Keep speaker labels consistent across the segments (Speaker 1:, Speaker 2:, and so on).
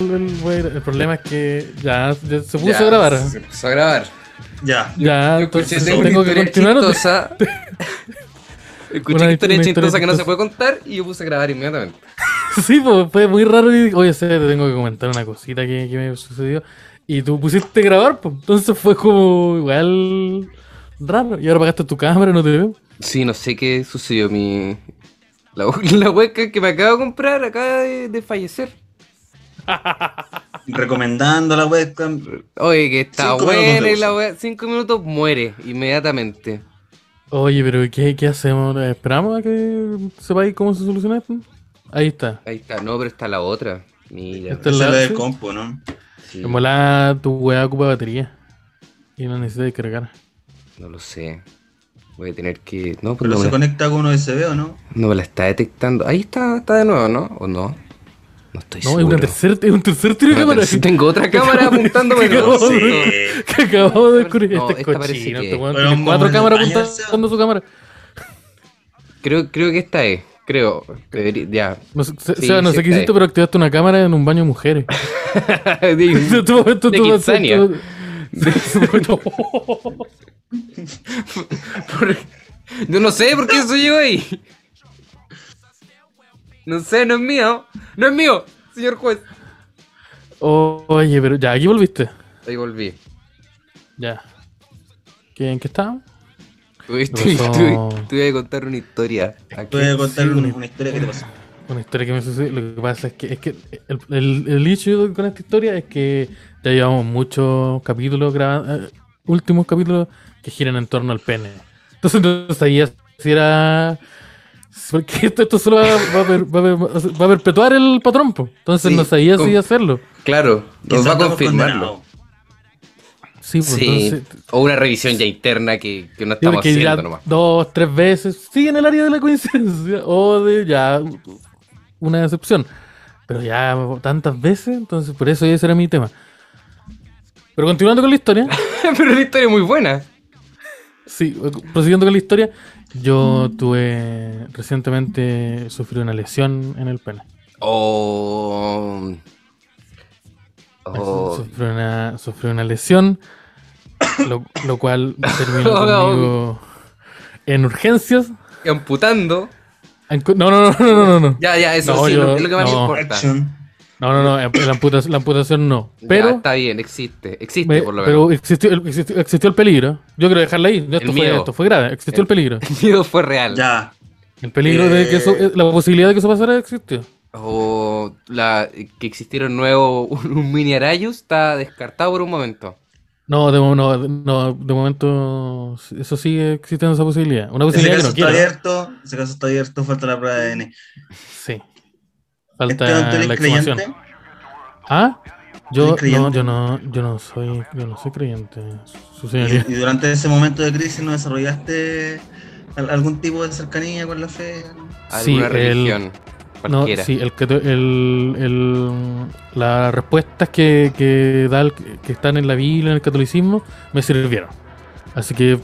Speaker 1: el, güey, el problema es que ya, ya se puso a grabar.
Speaker 2: Se puso a grabar.
Speaker 3: Ya.
Speaker 1: Ya,
Speaker 2: Yo
Speaker 1: entonces
Speaker 2: escuché
Speaker 1: tengo
Speaker 2: una
Speaker 1: que
Speaker 2: historia
Speaker 1: continuar. o te-
Speaker 2: chistosa. Escuché
Speaker 1: Una-
Speaker 2: una historia
Speaker 1: una historia
Speaker 2: chistosa que no se
Speaker 1: chistosa.
Speaker 2: puede contar y yo puse a grabar inmediatamente.
Speaker 1: Sí, pues fue muy raro. Y, Oye, sé, te tengo que comentar una cosita que, que me sucedió. Y tú pusiste a grabar, pues. Entonces fue como igual raro. Y ahora apagaste tu cámara, no te veo.
Speaker 2: Sí, no sé qué sucedió. Mi... La, la hueca que me acabo de comprar acaba de, de fallecer.
Speaker 3: Recomendando la webcam.
Speaker 2: Oye, que está
Speaker 3: Cinco
Speaker 2: buena
Speaker 3: minutos
Speaker 2: y
Speaker 3: de
Speaker 2: la
Speaker 3: uso.
Speaker 2: wea. Cinco minutos muere inmediatamente.
Speaker 1: Oye, pero ¿qué, qué hacemos? Eh, ¿Esperamos a que sepáis cómo se soluciona esto? Ahí está.
Speaker 2: Ahí está, no, pero está la otra. Mira.
Speaker 1: Esta
Speaker 3: Esa es la
Speaker 1: sí.
Speaker 3: del compo, ¿no?
Speaker 2: sí,
Speaker 1: En volada, tu weá ocupa batería. Y la necesitas descargar.
Speaker 2: no lo sé. Voy a tener que. No, pero
Speaker 3: Pero
Speaker 2: no me,
Speaker 3: se
Speaker 2: la,
Speaker 3: conecta con USB o no?
Speaker 2: no me la está detectando. Ahí está, está de nuevo, ¿no? ¿O no? No estoy
Speaker 1: No, es
Speaker 2: seguro.
Speaker 1: una tercera, es un tercer tiro de
Speaker 2: Una
Speaker 1: cámara.
Speaker 2: tercera- Tengo otra cámara apuntándome.
Speaker 1: Qué
Speaker 2: ¿no?
Speaker 1: cabrón.
Speaker 2: Sí.
Speaker 3: Sí.
Speaker 1: Que acabo de descubrir.
Speaker 2: No,
Speaker 1: este
Speaker 2: esta parece
Speaker 1: cochino,
Speaker 2: que-
Speaker 1: este weón
Speaker 3: Bueno,
Speaker 1: tiene
Speaker 3: vamos
Speaker 1: cuatro
Speaker 3: a
Speaker 1: cámaras
Speaker 3: bañarse.
Speaker 1: apuntando su cámara.
Speaker 2: Creo, creo que esta es. Creo. Debería- ya.
Speaker 1: No sé, se-
Speaker 2: Sí,
Speaker 1: Seba, no
Speaker 2: sí
Speaker 1: sé qué
Speaker 2: está
Speaker 1: hiciste,
Speaker 2: ahí.
Speaker 1: pero activaste una cámara en un baño de mujeres.
Speaker 2: Digo,
Speaker 1: Tú- tú- tú- tú-
Speaker 2: de
Speaker 1: tú-
Speaker 2: Kitsania.
Speaker 1: tú- No.
Speaker 2: por- Yo no sé por qué soy yo ahí. No sé, no es mío. No es mío, señor juez.
Speaker 1: O- Oye, pero ya, aquí volviste.
Speaker 2: Ahí volví.
Speaker 1: Ya. ¿Qué- ¿En qué estábamos?
Speaker 2: Tuviste,
Speaker 1: ¿Qué pasó?
Speaker 2: tuve, tuve que contar una historia.
Speaker 3: Te voy
Speaker 2: Aquí.
Speaker 3: a contar
Speaker 1: Sí,
Speaker 3: una,
Speaker 1: bonito.
Speaker 3: una historia que te pasó.
Speaker 1: Una historia que me sucedió. Lo que pasa es que, es que el, el, el issue con esta historia es que ya llevamos muchos capítulos grabados, últimos capítulos que giran en torno al pene. Entonces no sabía si era. Porque esto, esto solo va, va a per- va a per- va a perpetuar el patrón, po. Entonces
Speaker 2: Sí,
Speaker 1: no sabía
Speaker 2: con-
Speaker 1: si hacerlo.
Speaker 2: Claro, nos
Speaker 3: Quizás
Speaker 2: va a
Speaker 3: estamos
Speaker 2: confirmarlo.
Speaker 3: condenados.
Speaker 1: Sí, pues,
Speaker 2: Sí,
Speaker 1: entonces.
Speaker 2: o una revisión ya interna que, que no
Speaker 1: Sí,
Speaker 2: estamos
Speaker 1: porque ya
Speaker 2: haciendo nomás.
Speaker 1: dos, tres veces, sí, en el área de la coincidencia, o de ya una decepción. Pero ya tantas veces, entonces por eso ese era mi tema. Pero continuando con la historia,
Speaker 2: Pero la historia es muy buena.
Speaker 1: sí, prosiguiendo con la historia, yo
Speaker 2: Mm.
Speaker 1: tuve recientemente sufrí una lesión en el pene.
Speaker 2: Oh. Oh.
Speaker 1: Sufrí una, sufrí una lesión, lo, lo cual
Speaker 2: Oh,
Speaker 1: terminó conmigo en urgencias.
Speaker 2: Y amputando.
Speaker 1: En cu- No, no, no, no, no, no. no.
Speaker 2: Ya, ya, eso
Speaker 1: No,
Speaker 2: sí,
Speaker 1: yo-
Speaker 2: lo- es lo que más
Speaker 1: no.
Speaker 2: me importa.
Speaker 3: Action.
Speaker 1: No, no, no, la, amputa- la amputación no.
Speaker 2: Ya,
Speaker 1: Pero,
Speaker 2: está bien, existe. Existe,
Speaker 1: me-
Speaker 2: por lo menos.
Speaker 1: pero existió, el, existió, existió el peligro. Yo quiero dejarla ahí. Esto, fue,
Speaker 2: miedo.
Speaker 1: esto fue grave. Existió el, peligro.
Speaker 2: El miedo fue real.
Speaker 3: Ya.
Speaker 1: El peligro de que eso,
Speaker 3: Eh.
Speaker 1: la posibilidad de que eso pasara existió.
Speaker 2: O la, que existieron nuevo un, un mini Arayus está descartado por un momento.
Speaker 1: No, de, mo- no, de- no, de momento, eso sigue existiendo esa posibilidad. Una
Speaker 3: Ese
Speaker 1: posibilidad que
Speaker 3: caso
Speaker 1: no
Speaker 3: está
Speaker 1: quiero.
Speaker 3: abierto. Ese caso está abierto. Falta la prueba de ADN.
Speaker 1: Sí.
Speaker 3: Este
Speaker 1: Falta la
Speaker 3: doctor es
Speaker 1: exhumación.
Speaker 3: creyente.
Speaker 1: ¿Ah? Yo
Speaker 3: ¿Eres
Speaker 1: no,
Speaker 3: creyente?
Speaker 1: yo no, yo no soy, yo no soy creyente, su señoría.
Speaker 3: Y, y durante ese momento de crisis no desarrollaste al- algún tipo de cercanía con la fe.
Speaker 1: Sí,
Speaker 2: Alguna
Speaker 1: el-
Speaker 2: religión.
Speaker 1: No,
Speaker 2: Cualquiera.
Speaker 1: sí, el, que te- el, el, las respuestas que, que, da el- que están en la Biblia, en el catolicismo, me sirvieron. Así que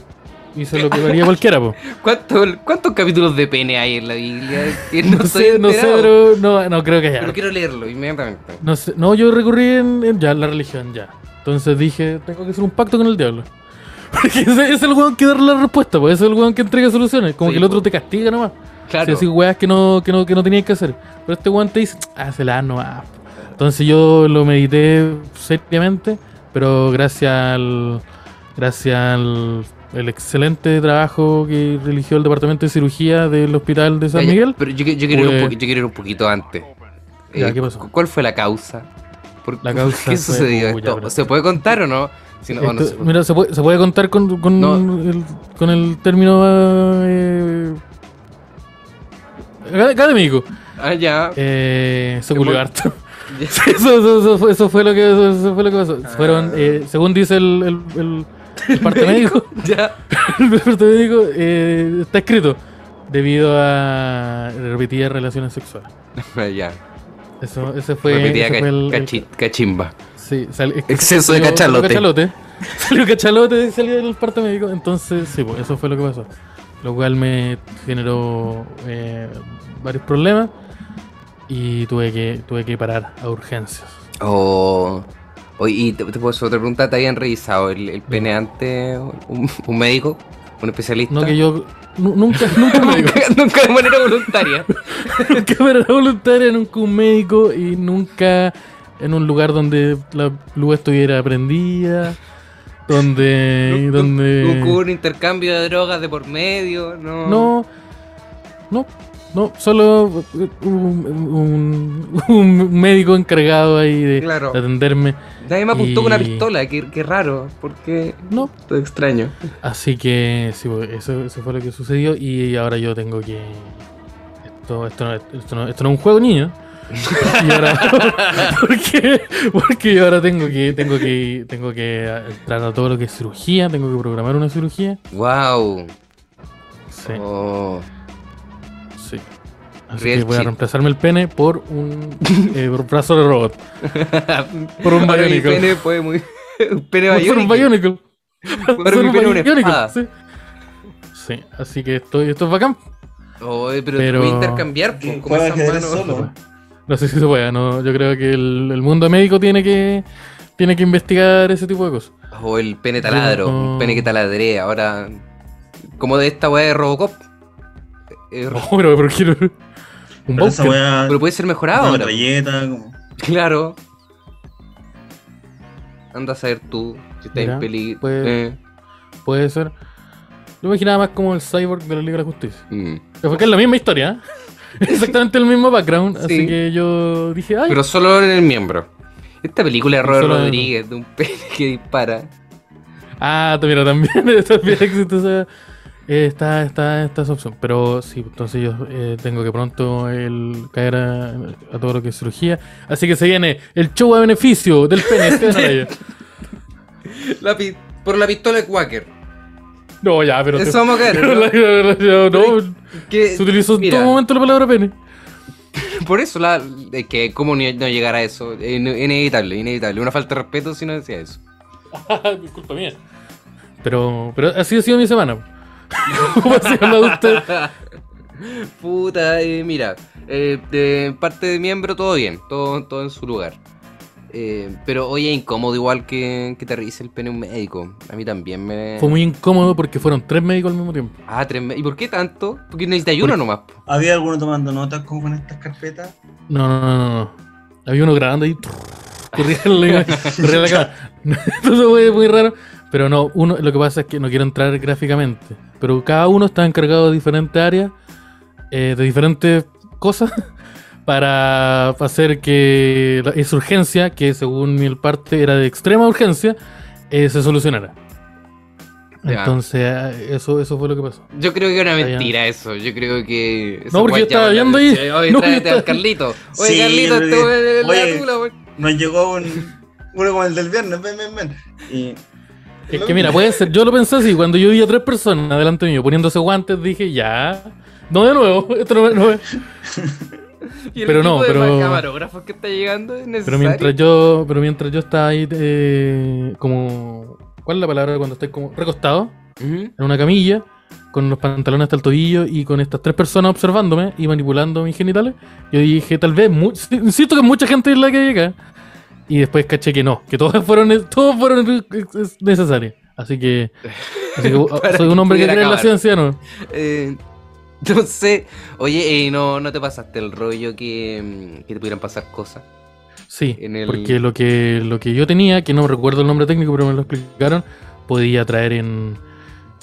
Speaker 1: hice lo que haría cualquiera, po.
Speaker 2: ¿Cuánto- ¿Cuántos capítulos de pene hay en la Biblia? Que no,
Speaker 1: No
Speaker 2: estoy
Speaker 1: sé, no sé,
Speaker 2: enterado.
Speaker 1: pero no, no creo que haya.
Speaker 2: Pero quiero leerlo inmediatamente.
Speaker 1: No, sé, no, yo recurrí en, en ya, la religión, ya. Entonces dije, tengo que hacer un pacto con el diablo. Porque ese es el weón que da la respuesta, pues ese es el weón que entrega soluciones. Como
Speaker 2: Sí,
Speaker 1: que el otro
Speaker 2: po.
Speaker 1: te castiga nomás.
Speaker 2: Claro.
Speaker 1: Sí, así weas que no, que no, que no tenías que hacer. Pero este weón te dice, hazla nomás. Entonces yo lo medité seriamente, pero gracias al. Gracias al el excelente trabajo que religió el departamento de cirugía del hospital de San
Speaker 2: Ya, ya,
Speaker 1: Miguel.
Speaker 2: Pero yo, yo quiero ir un
Speaker 1: Pues-
Speaker 2: poqui- yo quiero ir un poquito antes. Eh,
Speaker 1: Ya, ¿qué pasó?
Speaker 2: cu- ¿Cuál fue la causa? ¿Por,
Speaker 1: La
Speaker 2: por
Speaker 1: causa fue-
Speaker 2: ¿Qué sucedió
Speaker 1: Uy, ya,
Speaker 2: esto?
Speaker 1: pero-
Speaker 2: ¿Se puede contar o no? Si no, o no
Speaker 1: Esto-
Speaker 2: se puede.
Speaker 1: mira, se puede, se puede contar con, con,
Speaker 2: No.
Speaker 1: el, con el término eh, acad- académico.
Speaker 2: Ah, ya.
Speaker 1: Eh, se culió
Speaker 2: bueno.
Speaker 1: harto.
Speaker 2: Ya.
Speaker 1: Sí, eso, eso- eso fue, eso fue lo que, eso, eso fue lo que pasó.
Speaker 2: Ah.
Speaker 1: Fueron, eh, según dice el, el, el- el parte médico,
Speaker 2: ya.
Speaker 1: el parte médico eh, está escrito debido a repetidas relaciones sexuales.
Speaker 2: Ah, ya.
Speaker 1: Eso, ese fue,
Speaker 2: Repetida
Speaker 1: ese
Speaker 2: ca-
Speaker 1: fue el, el-
Speaker 2: cachi- cachimba.
Speaker 1: sí, sal- es que
Speaker 2: Exceso de
Speaker 1: salió- salió
Speaker 2: cachalote.
Speaker 1: cachalote. Salió cachalote y salió del parte médico. Entonces, sí, pues, eso fue lo que pasó. Lo cual me generó eh, varios problemas y tuve que, tuve que parar a urgencias.
Speaker 2: O. Oh. Oye, y te, te puedo hacer otra pregunta, ¿te habían revisado el, el pene antes un, un médico? ¿Un especialista?
Speaker 1: No que yo nu- nunca, nunca me digo.
Speaker 2: nunca, nunca de manera voluntaria.
Speaker 1: Nunca me era voluntaria, nunca un médico y nunca en un lugar donde la luz estuviera prendida, donde...
Speaker 2: Nu- nu-
Speaker 1: donde...
Speaker 2: Nunca hubo un intercambio de drogas de por medio, no.
Speaker 1: No, no, no, solo eh, un, un- un médico encargado ahí de,
Speaker 2: Claro.
Speaker 1: de atenderme.
Speaker 2: Nadie me apuntó con una
Speaker 1: Y-
Speaker 2: pistola, qué, qué raro, porque
Speaker 1: No,
Speaker 2: todo extraño.
Speaker 1: así que sí, pues, eso, eso fue lo que sucedió y ahora yo tengo que... Esto, esto, no, esto, no, esto no es un juego, niño. Y ahora- porque, porque yo ahora tengo que, tengo que tengo que entrar a todo lo que es cirugía, tengo que programar una cirugía.
Speaker 2: Wow.
Speaker 1: Sí,
Speaker 2: Oh.
Speaker 1: sí. Así
Speaker 2: Real
Speaker 1: que voy a
Speaker 2: shit.
Speaker 1: reemplazarme el pene por un eh, brazo de robot. Por un
Speaker 2: Ahora mi
Speaker 1: bionicle.
Speaker 2: pene puede muy. un pene
Speaker 1: Por ser un
Speaker 2: bionicle.
Speaker 1: bionicle.
Speaker 2: Por ah.
Speaker 1: Ser
Speaker 2: mi
Speaker 1: un
Speaker 2: pene una
Speaker 1: bionicle,
Speaker 2: espada.
Speaker 1: sí. Sí, así que esto, esto es bacán.
Speaker 2: Oye, pero,
Speaker 1: Pero-
Speaker 2: te voy a intercambiar pues,
Speaker 3: Que
Speaker 2: como
Speaker 3: juega
Speaker 2: esas
Speaker 3: ajedrez
Speaker 2: manos.
Speaker 3: solo.
Speaker 1: No sé si se puede, no, yo creo que el, el mundo médico tiene que tiene que investigar ese tipo de cosas.
Speaker 2: O Oh, el pene taladro,
Speaker 1: Yo no-
Speaker 2: un pene que taladrea. Ahora, como de esta weá de Robocop. Eh, Ro-
Speaker 1: Oh, pero, pero quiero un
Speaker 3: Pero esa
Speaker 1: bosque.
Speaker 3: weá.
Speaker 2: Pero puede ser mejorado
Speaker 3: Una
Speaker 2: ahora.
Speaker 3: metralleta, como.
Speaker 2: Claro. Anda a saber tú si estás
Speaker 1: Mira,
Speaker 2: en peligro.
Speaker 1: puede-
Speaker 2: Eh,
Speaker 1: Puede ser. Yo me imaginaba más como el cyborg de la Liga de la Justicia.
Speaker 2: mm.
Speaker 1: Que fue que es la misma historia, ¿eh? exactamente el mismo background.
Speaker 2: Sí.
Speaker 1: Así que yo dije, ay,
Speaker 2: Pero solo en el miembro. Esta película de Robert
Speaker 1: Solo en el-
Speaker 2: Rodríguez, de un pene que dispara.
Speaker 1: Ah, t- mira, también, también existe esa, eh, está, está, está esa opción. Pero sí, entonces yo eh, tengo que pronto el caer a, a todo lo que es cirugía. Así que se viene el show a beneficio del pene. Esteban Araya.
Speaker 2: La pi- Por la pistola de Quaker.
Speaker 1: no, ya, pero... te-
Speaker 2: Eso vamos a caer.
Speaker 1: pero
Speaker 2: ¿no?
Speaker 1: la- la- la- no,
Speaker 2: Que-
Speaker 1: se utilizó en
Speaker 2: mira,
Speaker 1: todo momento la palabra pene.
Speaker 2: Por eso, la, es que cómo ni- no llegar a eso. Es ine- inevitable, inevitable. Una falta de respeto si no decía eso.
Speaker 1: Disculpa mía. Pero, pero así ha sido mi semana. ¿Cómo ha sido la de usted?
Speaker 2: Puta, eh, mira, eh, de parte de miembro todo bien, todo, todo en su lugar. Eh, pero oye, incómodo igual que, que te revise el pene un médico. A mí también me...
Speaker 1: Fue muy incómodo porque fueron tres médicos al mismo tiempo.
Speaker 2: Ah, tres me- ¿Y por qué tanto? Porque necesita uno nomás. po.
Speaker 3: ¿Había alguno tomando notas como con estas carpetas?
Speaker 1: No, no, no, no, no. Había uno grabando ahí. Corría la, corría la cámara. Entonces fue muy raro. Pero no, uno, lo que pasa es que no quiero entrar gráficamente. Pero cada uno está encargado de diferentes áreas, eh, de diferentes cosas, para hacer que la- esa urgencia, que según mi parte era de extrema urgencia, eh, se solucionara.
Speaker 2: Ya.
Speaker 1: Entonces, ah, eso, eso fue lo que pasó.
Speaker 2: Yo creo que era
Speaker 1: ya.
Speaker 2: mentira eso. Yo creo que...
Speaker 1: No, porque yo estaba viendo ahí.
Speaker 2: Oye,
Speaker 1: No, yo
Speaker 2: tráete
Speaker 1: estaba-
Speaker 2: al Carlito. Oye,
Speaker 3: Sí,
Speaker 2: Carlito,
Speaker 3: yo
Speaker 2: este
Speaker 3: creo que-
Speaker 2: weón es la
Speaker 3: oye.
Speaker 2: tula, weón.
Speaker 3: Nos llegó un. Uno como el del viernes, ven, ven, ven. Y
Speaker 1: Es que mira, puede ser, yo lo pensé así, cuando yo vi a tres personas delante mío poniéndose guantes, dije, ya, no de nuevo, esto no, no es.
Speaker 2: Y el
Speaker 1: Pero no,
Speaker 2: equipo de
Speaker 1: pero-
Speaker 2: camarógrafos que está llegando es necesario.
Speaker 1: Pero mientras yo, pero mientras yo estaba ahí eh, como, ¿cuál es la palabra cuando estoy como recostado
Speaker 2: Ujú.
Speaker 1: en una camilla, con los pantalones hasta el tobillo y con estas tres personas observándome y manipulando mis genitales? Yo dije, tal vez, mu- sí, insisto que mucha gente es la que llega. Y después caché que no, que todos fueron, todos fueron eh, necesarios. Así que, así que oh,
Speaker 2: Para
Speaker 1: soy
Speaker 2: que
Speaker 1: un hombre que
Speaker 2: pudiera
Speaker 1: cree en la
Speaker 2: acabar.
Speaker 1: ciencia, ¿no?
Speaker 2: Eh, entonces, oye, eh, no, no te pasaste el rollo que, mm, que te pudieran pasar cosas.
Speaker 1: Sí,
Speaker 2: en el-
Speaker 1: porque lo que, lo que yo tenía, que no recuerdo el nombre técnico, pero me lo explicaron, podía traer en,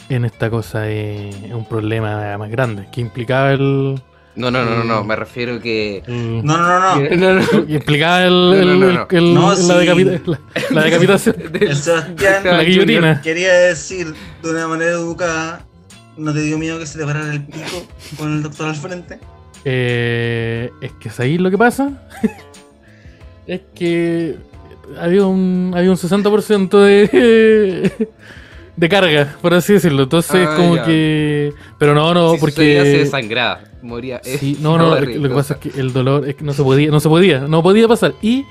Speaker 1: en esta cosa eh, un problema más grande, que implicaba el...
Speaker 2: No, no, no, no, no,
Speaker 1: Mm.
Speaker 2: me refiero que.
Speaker 1: el-
Speaker 3: no, no, no,
Speaker 1: Eh,
Speaker 3: no.
Speaker 2: No, no,
Speaker 1: que implicaba el...
Speaker 2: no,
Speaker 1: el-
Speaker 2: no, no.
Speaker 1: el- el-
Speaker 3: No,
Speaker 1: la,
Speaker 3: sí.
Speaker 1: decapita- la- la decapitación,
Speaker 3: El Sebastián
Speaker 1: la guillotina.
Speaker 3: quería decir de una manera educada. ¿No te dio miedo que se te parara el pico con el doctor al frente?
Speaker 1: Eh, es que es ahí lo que pasa. es que había un, había un 60% de, de carga, por así decirlo. Entonces,
Speaker 2: Ah,
Speaker 1: como
Speaker 2: ya.
Speaker 1: que. Pero no, no,
Speaker 2: si sucedía, se
Speaker 1: porque.
Speaker 2: desangraba. Moría. eh,
Speaker 1: Sí, no, no,
Speaker 2: moría
Speaker 1: lo que- lo que pasa
Speaker 2: riesgosa.
Speaker 1: es que el dolor es que no se podía, no se podía, no podía pasar. Y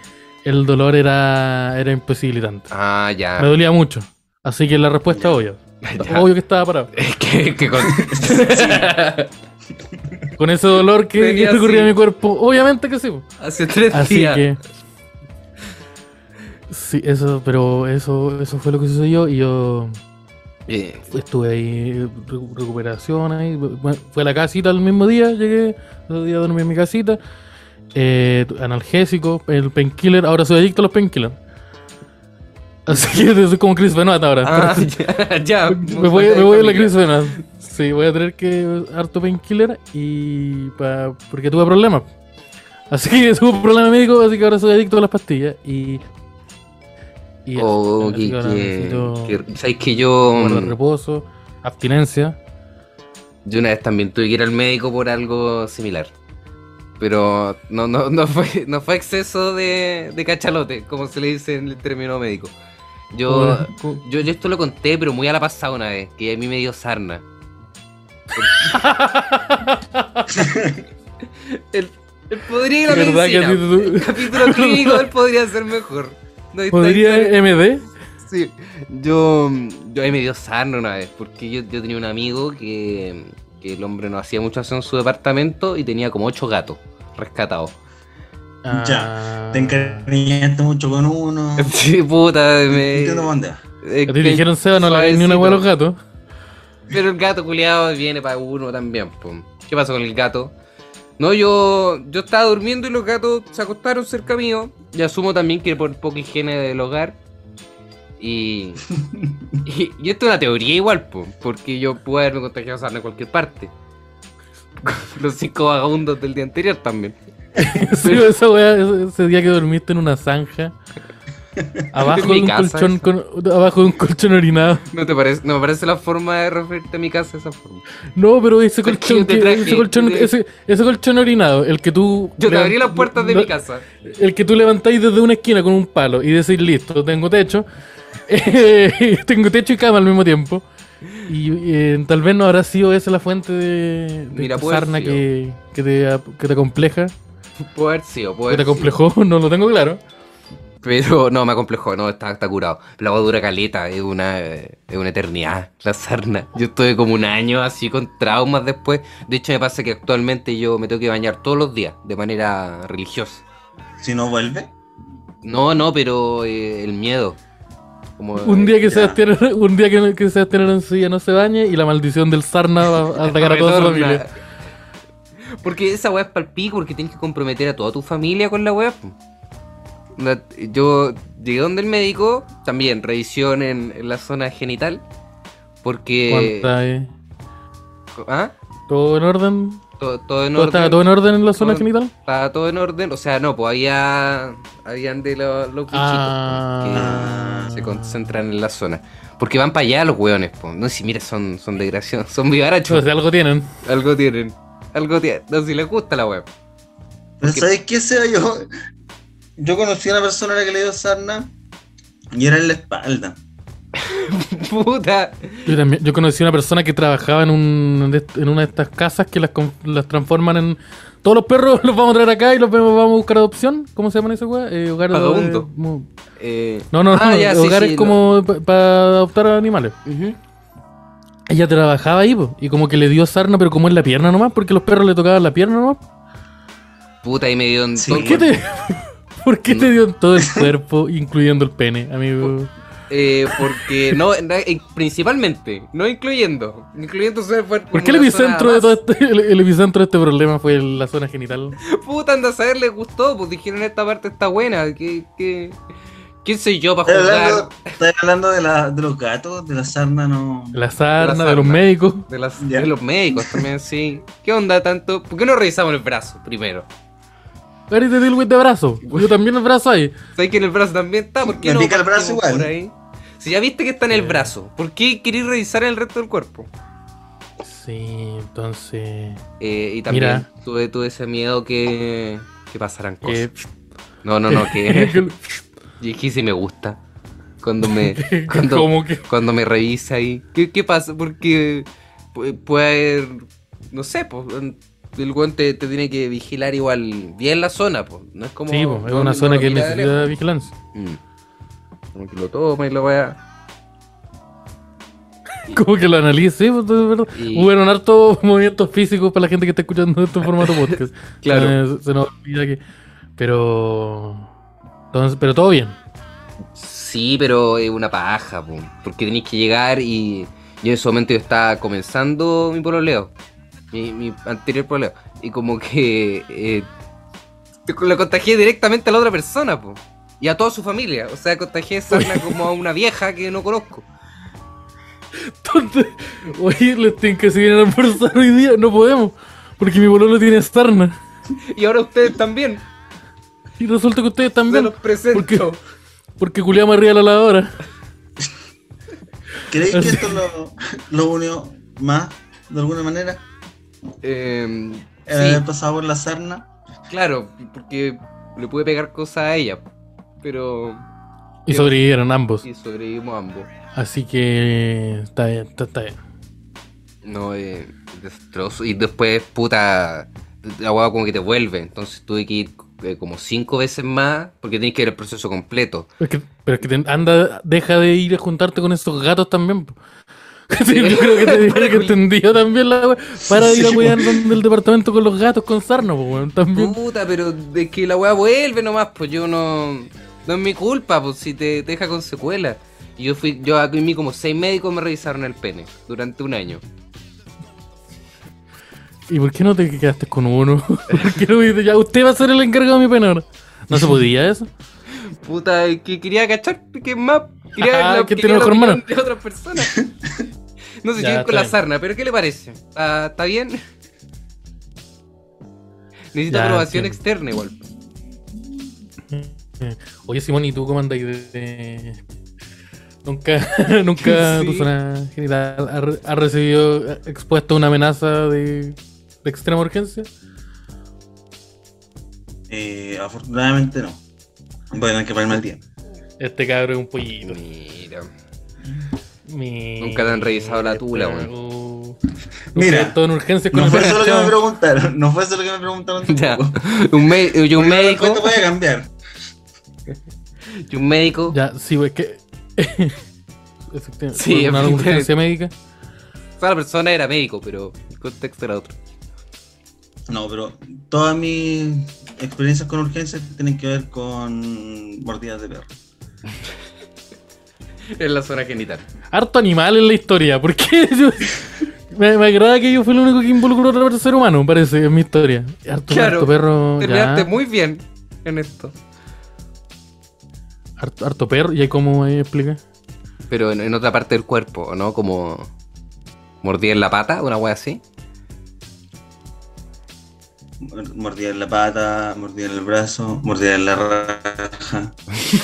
Speaker 1: el dolor era, era imposibilitante.
Speaker 2: Ah, ya.
Speaker 1: Me dolía mucho. Así que la respuesta obvia.
Speaker 2: Ya.
Speaker 1: Obvio que estaba parado.
Speaker 2: Es que, que con-
Speaker 1: Con ese dolor que,
Speaker 2: Venía
Speaker 1: que recorría
Speaker 2: así.
Speaker 1: mi cuerpo, obviamente que sí. po.
Speaker 2: hace tres
Speaker 1: Así
Speaker 2: días.
Speaker 1: que. Sí, eso, pero eso, eso fue lo que sucedió y yo
Speaker 2: Eh,
Speaker 1: estuve ahí, recu- recuperación ahí, bueno, fui a la casita el mismo día, llegué, el otro día dormí en mi casita, eh, analgésico, el painkiller, ahora soy adicto a los painkillers. Así que soy como Chris Benoit ahora.
Speaker 2: ah, ya, ya. pues,
Speaker 1: Me voy, me voy a la crisis venas. Sí, voy a tener que harto painkiller y pa- porque tuve problemas. Así que tuve problemas médicos, así que ahora soy adicto a las pastillas y y eso.
Speaker 2: Oh,
Speaker 1: Así
Speaker 2: que,
Speaker 1: ahora necesito
Speaker 2: que, que- sabes que yo,
Speaker 1: guardar reposo, abstinencia.
Speaker 2: yo una vez también tuve que ir al médico por algo similar. Pero no, no, no fue, no fue exceso de, de cachalote, como se le dice en el término médico. Yo,
Speaker 1: Como- como-
Speaker 2: yo, yo esto lo conté, pero muy a la pasada una vez, que a mí me dio sarna. el, el podría ir a
Speaker 1: ¿Verdad que
Speaker 2: medicina.
Speaker 1: así tú-
Speaker 2: El capítulo clínico él podría ser mejor. No hay-
Speaker 1: ¿Podría
Speaker 2: no hay-
Speaker 1: MD?
Speaker 2: Sí, yo, yo ahí me dio sarna una vez, porque yo, yo tenía un amigo que, que el hombre no hacía mucho aseo en su departamento y tenía como ocho gatos rescatados.
Speaker 1: Ah.
Speaker 3: Te encariñaste mucho con uno.
Speaker 2: Sí, puta, me...
Speaker 3: Entiendo pa' dónde va.
Speaker 2: eh,
Speaker 1: A ti te dijeron Seba, no le hagáis
Speaker 2: suavecito.
Speaker 1: ni una hueá a los gatos.
Speaker 2: Pero el gato culiado viene para uno también, po. ¿Qué pasó con el gato? No, yo, yo estaba durmiendo y los gatos se acostaron cerca mío. Y asumo también que por poca higiene del hogar. Y, y, y esto es una teoría igual, po, porque yo pude haberme contagiado sarna en cualquier parte. Los cinco vagabundos del día anterior también.
Speaker 1: Sí, esa weá, ese, ese día que dormiste en una zanja. Abajo
Speaker 2: mi
Speaker 1: de un
Speaker 2: casa,
Speaker 1: colchón con- abajo de un colchón orinado.
Speaker 2: ¿No te parece? No me parece la forma de referirte a mi casa de esa forma.
Speaker 1: No, pero ese
Speaker 2: Porque
Speaker 1: colchón
Speaker 2: yo te
Speaker 1: que-
Speaker 2: traje
Speaker 1: ese colchón,
Speaker 2: de-
Speaker 1: ese, ese colchón orinado, el que tú
Speaker 2: Yo te
Speaker 1: levan-
Speaker 2: abrí las puertas de
Speaker 1: no-
Speaker 2: mi casa.
Speaker 1: El que tú levantáis desde una esquina con un palo y decís, listo, tengo techo. Eh, tengo techo y cama al mismo tiempo. Y eh, tal vez no habrá sido esa la fuente de, de
Speaker 2: Mira,
Speaker 1: esta
Speaker 2: puede haber
Speaker 1: sarna
Speaker 2: sido.
Speaker 1: que, que te, ap- que te compleja,
Speaker 2: Puede haber sido, puede
Speaker 1: que te
Speaker 2: haber sido.
Speaker 1: complejó, no lo tengo claro.
Speaker 2: Pero no, me acomplejó, no, está, está curado. La agua dura caleta, es una, eh, es una eternidad, la sarna. Yo estuve como un año así con traumas después. De hecho, me pasa que actualmente yo me tengo que bañar todos los días de manera religiosa.
Speaker 3: Si no vuelve,
Speaker 2: No, no, pero eh, el miedo. Como,
Speaker 1: Un día que
Speaker 3: Ya.
Speaker 1: Sebastián, un día que, que Sebastián Arancilla no se bañe y la maldición del sarna va a atacar a toda su
Speaker 2: Retorna.
Speaker 1: familia.
Speaker 2: Porque esa weá es pal pico, porque tienes que comprometer a toda tu familia con la weá. po. La- Yo llegué donde el médico, también revisión en, en la zona genital. Porque.
Speaker 1: ¿Cuánta, eh?
Speaker 2: ¿Ah?
Speaker 1: ¿Todo en orden?
Speaker 2: Todo, todo en
Speaker 1: ¿Todo,
Speaker 2: orden.
Speaker 1: está, ¿Todo en orden en la zona
Speaker 2: Todo-
Speaker 1: genital?
Speaker 2: Estaba todo en orden. O sea, no, pues había. Habían de lo- los bichitos
Speaker 1: Ah.
Speaker 2: po, que se concentran en la zona. Porque van para allá los weones, po. No, si mira, son, son desgraciados. Son vivarachos.
Speaker 1: Entonces, algo tienen.
Speaker 2: Algo tienen. Algo tienen. No, si les gusta la web.
Speaker 3: Pero
Speaker 2: Porque-
Speaker 3: ¿sabes qué sea yo? Yo conocí a una persona a la que le dio sarna y era en la espalda.
Speaker 2: Puta.
Speaker 1: Yo, también, yo conocí una persona que trabajaba en, un, de est- en una de estas casas que las, con- las transforman en. Todos los perros los vamos a traer acá y los vemos- vamos a buscar adopción. ¿Cómo se llaman esa weá? Eh, hogar de-
Speaker 2: Vagabundo.
Speaker 1: mu-
Speaker 2: Eh,
Speaker 1: No, no, no.
Speaker 2: Ah, ya, sí,
Speaker 1: hogares
Speaker 2: sí,
Speaker 1: como para adoptar animales.
Speaker 2: ujú.
Speaker 1: Ella trabajaba ahí, po, y como que le dio sarna, pero como en la pierna nomás, porque los perros le tocaban la pierna nomás.
Speaker 2: Puta, ahí me dio un
Speaker 3: Sí.
Speaker 2: toque.
Speaker 1: ¿Qué te, ¿Por qué
Speaker 2: Mm.
Speaker 1: te dio en todo el cuerpo, incluyendo el pene, amigo?
Speaker 2: Eh, porque no, na- eh, principalmente, no incluyendo. Incluyendo solo fue
Speaker 1: ¿Por qué el
Speaker 2: como una zona
Speaker 1: epicentro de
Speaker 2: más.
Speaker 1: todo este, el, el epicentro de este problema fue la zona genital?
Speaker 2: Puta, anda a saber, les gustó, pues dijeron esta parte está buena, que, que... ¿Quién soy yo para
Speaker 3: Estás
Speaker 2: juzgar
Speaker 3: hablando, estás hablando de, la, de los gatos, de la sarna, no.
Speaker 1: De La sarna,
Speaker 2: De la
Speaker 1: de los
Speaker 2: sarna.
Speaker 1: médicos.
Speaker 2: de, las,
Speaker 3: Ya.
Speaker 2: de los médicos también, sí? ¿Qué onda tanto? ¿Por qué no revisamos el brazo primero?
Speaker 1: Ahorita te digo de brazo. Yo también el brazo ahí.
Speaker 2: ¿Sabes que en el brazo también está? ¿Por qué
Speaker 3: Me
Speaker 2: no
Speaker 3: pica el brazo
Speaker 2: partimos
Speaker 3: igual.
Speaker 2: por ahí? Si ya viste que está en el
Speaker 1: Eh.
Speaker 2: brazo, ¿por qué querés revisar el resto del cuerpo?
Speaker 1: Sí, entonces.
Speaker 2: Eh, y también
Speaker 1: Mira.
Speaker 2: tuve, tuve ese miedo que, que eh, pasaran cosas.
Speaker 1: eh,
Speaker 2: No, no, no, que...
Speaker 1: que-
Speaker 2: y es que sí me gusta. Cuando me...
Speaker 1: que-
Speaker 2: cuando-
Speaker 1: como que.
Speaker 2: cuando me revisa ahí. ¿Qué, qué pasa? Porque pu- puede haber, no sé, pues, en- el guante te tiene que vigilar igual bien la zona, pues. No es como...
Speaker 1: Sí, po, es
Speaker 2: no-
Speaker 1: una
Speaker 2: no
Speaker 1: zona
Speaker 2: lo
Speaker 1: que
Speaker 2: mira de
Speaker 1: necesita vigilancia.
Speaker 2: lejos. Mm. Como que lo toma y lo vaya...
Speaker 1: Como que lo analice, sí, pues, de verdad.
Speaker 2: Y-
Speaker 1: Hubieron hartos movimientos físicos para la gente que está escuchando esto en formato podcast. Eh,
Speaker 2: Claro.
Speaker 1: Se, se nos olvida que. Pero. Entonces, pero todo bien.
Speaker 2: Sí, pero es una paja, po, porque tenéis que llegar y yo en ese momento yo estaba comenzando mi pololeo, mi, mi anterior pololeo, y como que eh, lo contagié directamente a la otra persona, po, y a toda su familia, o sea, contagié esa una- como a una vieja que no conozco.
Speaker 1: Entonces, Oye, les tengo que seguir a almorzar hoy día. No podemos, porque mi bololo tiene sarna.
Speaker 2: Y ahora ustedes también,
Speaker 1: Y resulta que ustedes
Speaker 2: se
Speaker 1: también,
Speaker 2: los presento.
Speaker 1: ¿Por qué? porque culiamos arriba de la lavadora.
Speaker 3: ¿Creéis que esto lo, lo unió más, de alguna manera?
Speaker 2: Em,
Speaker 1: Eh,
Speaker 3: El
Speaker 2: sí.
Speaker 3: haber pasado por la sarna.
Speaker 2: Claro, porque le pude pegar cosas a ella, pero
Speaker 1: Y sobrevivieron ambos.
Speaker 2: sí, sobrevivimos ambos.
Speaker 1: Así que está bien, está, está bien.
Speaker 2: No, eh, destrozo. Y después, puta, la hueá como que te vuelve. Entonces tuve que ir eh, como cinco veces más, porque tienes que ver el proceso completo.
Speaker 1: Es que- pero es que te- anda, deja de ir a juntarte con estos gatos también. po. Sí, yo creo que te diría que entendió también la wea. Para de ir a
Speaker 3: Sí.
Speaker 1: cuidar donde el departamento con los gatos con sarna, po, weón, también.
Speaker 2: Puta, pero es que la hueá vuelve nomás, pues yo no. No es mi culpa, pues si te, te deja con secuelas. Y yo fui, yo a mí como seis médicos me revisaron el pene durante un año.
Speaker 1: ¿Y por qué no te quedaste con uno? ¿Por qué no dijiste, ya usted va a ser el encargado de mi pena ahora? ¿No se podía eso?
Speaker 2: Puta, es que quería cachar que es más. Quería
Speaker 1: Ah,
Speaker 2: la,
Speaker 1: que
Speaker 2: quería
Speaker 1: tiene
Speaker 2: la
Speaker 1: mejor
Speaker 2: opinión
Speaker 1: mano.
Speaker 2: de otras personas. No sé,
Speaker 1: Ya,
Speaker 2: yo
Speaker 1: está
Speaker 2: con la
Speaker 1: bien.
Speaker 2: sarna, pero ¿qué le parece? ¿Está, está bien? Necesita
Speaker 1: Ya,
Speaker 2: aprobación
Speaker 1: entiendo.
Speaker 2: externa igual.
Speaker 1: Oye, Simón, ¿y tú cómo andas de- de- Nunca, nunca
Speaker 2: Sí.
Speaker 1: tu zona genital ha, re- ha recibido eh, expuesto a una amenaza de, de extrema urgencia?
Speaker 3: Eh, afortunadamente no. Voy a tener que ponerme al día.
Speaker 1: Este cabro es un pollito.
Speaker 2: Mira.
Speaker 1: Mira,
Speaker 2: Nunca te han revisado
Speaker 1: este
Speaker 2: la tula, weón.
Speaker 1: weón.
Speaker 3: Mira,
Speaker 1: Mira. Todo en urgencia con
Speaker 3: No
Speaker 1: el
Speaker 3: fue eso lo que me
Speaker 1: cachao.
Speaker 3: preguntaron. No fue eso lo que me preguntaron
Speaker 2: Ya.
Speaker 3: tampoco.
Speaker 2: Un, me- yo un médico.
Speaker 3: ¿Cuánto puede cambiar?
Speaker 2: yo un médico.
Speaker 1: Ya, sí, güey, que. Efectivamente.
Speaker 2: Sí,
Speaker 1: por una
Speaker 2: efectivamente.
Speaker 1: urgencia médica.
Speaker 2: O sea, la persona era médico, pero el contexto era otro.
Speaker 3: No, pero todas mis experiencias con urgencias tienen que ver con mordidas de perro.
Speaker 2: En la zona genital.
Speaker 1: Harto animal en la historia. ¿Por qué? Yo- Me, me agrada que yo fui el único que involucró a otro ser humano, parece, en mi historia. Harto,
Speaker 2: Claro,
Speaker 1: harto perro.
Speaker 2: Terminaste
Speaker 1: ya.
Speaker 2: muy bien en esto.
Speaker 1: Harto, harto perro. ¿Y ahí cómo ahí explica?
Speaker 2: Pero en, en otra parte del cuerpo, ¿o ¿no? Como. Mordía en la pata, una wea así.
Speaker 3: Mordida en la pata, mordida en el brazo, mordida en la raja.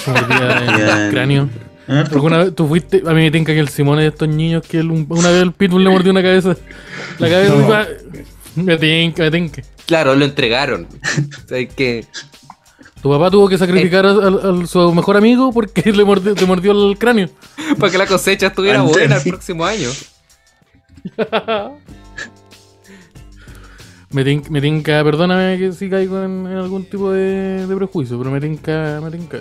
Speaker 1: Como el día en
Speaker 3: Bien.
Speaker 1: el cráneo.
Speaker 3: A ver,
Speaker 1: ¿Alguna vez tú fuiste? A mí me tinca que el Simón es de estos niños que el- una vez el pitbull le mordió una cabeza. La cabeza.
Speaker 3: No.
Speaker 1: iba- Me tinca, me tinca.
Speaker 2: Claro, lo entregaron. o sea, es que.
Speaker 1: Tu papá tuvo que sacrificar a, a- a su mejor amigo porque le mordió, te mordió el cráneo.
Speaker 2: Para que la cosecha estuviera
Speaker 3: Antes.
Speaker 2: buena el próximo año.
Speaker 1: Me, tin- me tinca, perdóname que si caigo en, en algún tipo de, de prejuicio, pero me tinca, me tinca.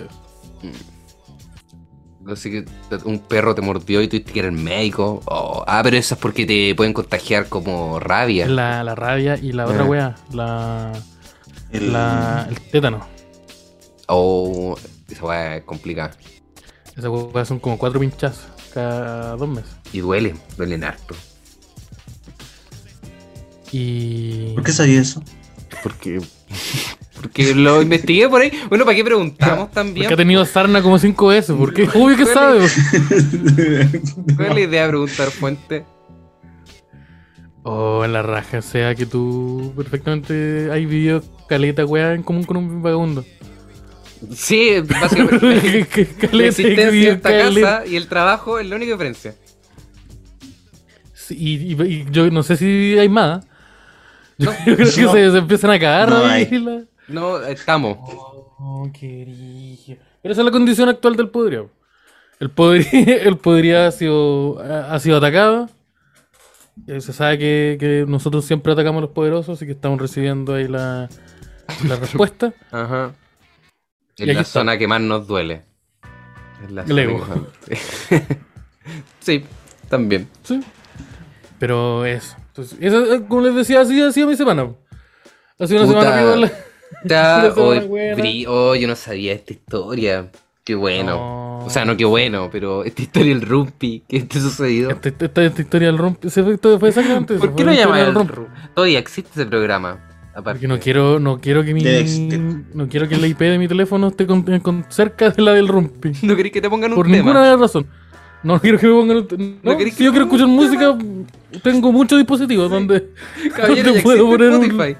Speaker 2: Así que un perro te mordió y tuviste que ir al médico. Oh, ah, pero eso es porque te pueden contagiar como rabia.
Speaker 1: Es La, la rabia y la otra
Speaker 2: Eh.
Speaker 1: weá, la,
Speaker 3: el-
Speaker 1: la, el tétano.
Speaker 2: Oh, esa weá es complicada.
Speaker 1: Esas weá son como cuatro pinchazos cada dos meses.
Speaker 2: Y duele, duele harto.
Speaker 1: Y.
Speaker 3: ¿Por qué sabía eso?
Speaker 2: Porque. Porque lo investigué por ahí. Bueno, ¿para qué preguntamos
Speaker 1: Porque ha
Speaker 2: también?
Speaker 1: tenido sarna como cinco veces, porque obvio que sabe. pues. po.
Speaker 2: ¿Cuál es la idea de preguntar fuente?
Speaker 1: Oh, en la raja, o sea que tú perfectamente hay videos caleta weá en común con un vagabundo.
Speaker 2: Sí, básicamente. la
Speaker 1: Caleta,
Speaker 2: existencia de
Speaker 1: videos
Speaker 2: esta
Speaker 1: caleta.
Speaker 2: casa y el trabajo es la única diferencia.
Speaker 1: Sí, y, y- y yo no sé si hay más.
Speaker 2: No,
Speaker 1: Yo creo que
Speaker 3: No.
Speaker 1: se, se empiezan a cagar.
Speaker 3: No
Speaker 1: ahí
Speaker 3: hay.
Speaker 1: la-
Speaker 2: no estamos.
Speaker 1: Oh, qué brillo. Pero esa es la condición actual del podrido. El podrido, el podrido ha, sido, ha ha sido atacado. Eh, Se sabe que, que nosotros siempre atacamos a los poderosos, así que estamos recibiendo ahí la, la respuesta.
Speaker 2: Ajá.
Speaker 1: Y
Speaker 2: Es
Speaker 1: aquí
Speaker 2: la
Speaker 1: está.
Speaker 2: zona que más nos duele. Es la
Speaker 1: El
Speaker 2: zona
Speaker 1: ego.
Speaker 2: que más- sí, también.
Speaker 1: Sí. Pero eso. Entonces, esa, eh, como les decía, así ha sido mi semana. Ha sido una
Speaker 2: Puta.
Speaker 1: semana piola.
Speaker 2: Ya,
Speaker 1: Una zona
Speaker 2: hoy,
Speaker 1: buena.
Speaker 2: bri- oh, yo no sabía esta historia. Qué bueno.
Speaker 1: No, No.
Speaker 2: O sea, no, qué bueno, pero esta historia del Rumpi, ¿qué te ha sucedido?
Speaker 1: Esta, esta- esta historia del rompe. Se fue, todo- fue exactamente eso,
Speaker 2: ¿Por qué
Speaker 1: fue
Speaker 2: no
Speaker 1: la historia
Speaker 2: llamas
Speaker 1: del
Speaker 2: el
Speaker 1: rompe.
Speaker 2: Rumpi? Todavía existe ese programa. Aparte.
Speaker 1: Porque no quiero, no quiero que mi.
Speaker 3: Debe existir.
Speaker 1: No quiero que la IP de mi teléfono esté con- con- cerca de la del rompe.
Speaker 2: ¿No querés que te pongan un
Speaker 1: Por
Speaker 2: tema?
Speaker 1: ninguna razón. No quiero que me pongan. un- No,
Speaker 2: ¿No querés
Speaker 1: si
Speaker 2: que
Speaker 1: yo quiero
Speaker 2: te
Speaker 1: escuchar
Speaker 2: pongan un
Speaker 1: música, tengo muchos dispositivos donde.
Speaker 2: Caballero,
Speaker 1: no te
Speaker 2: ya
Speaker 1: puedo
Speaker 2: existe
Speaker 1: poner un-
Speaker 2: Spotify.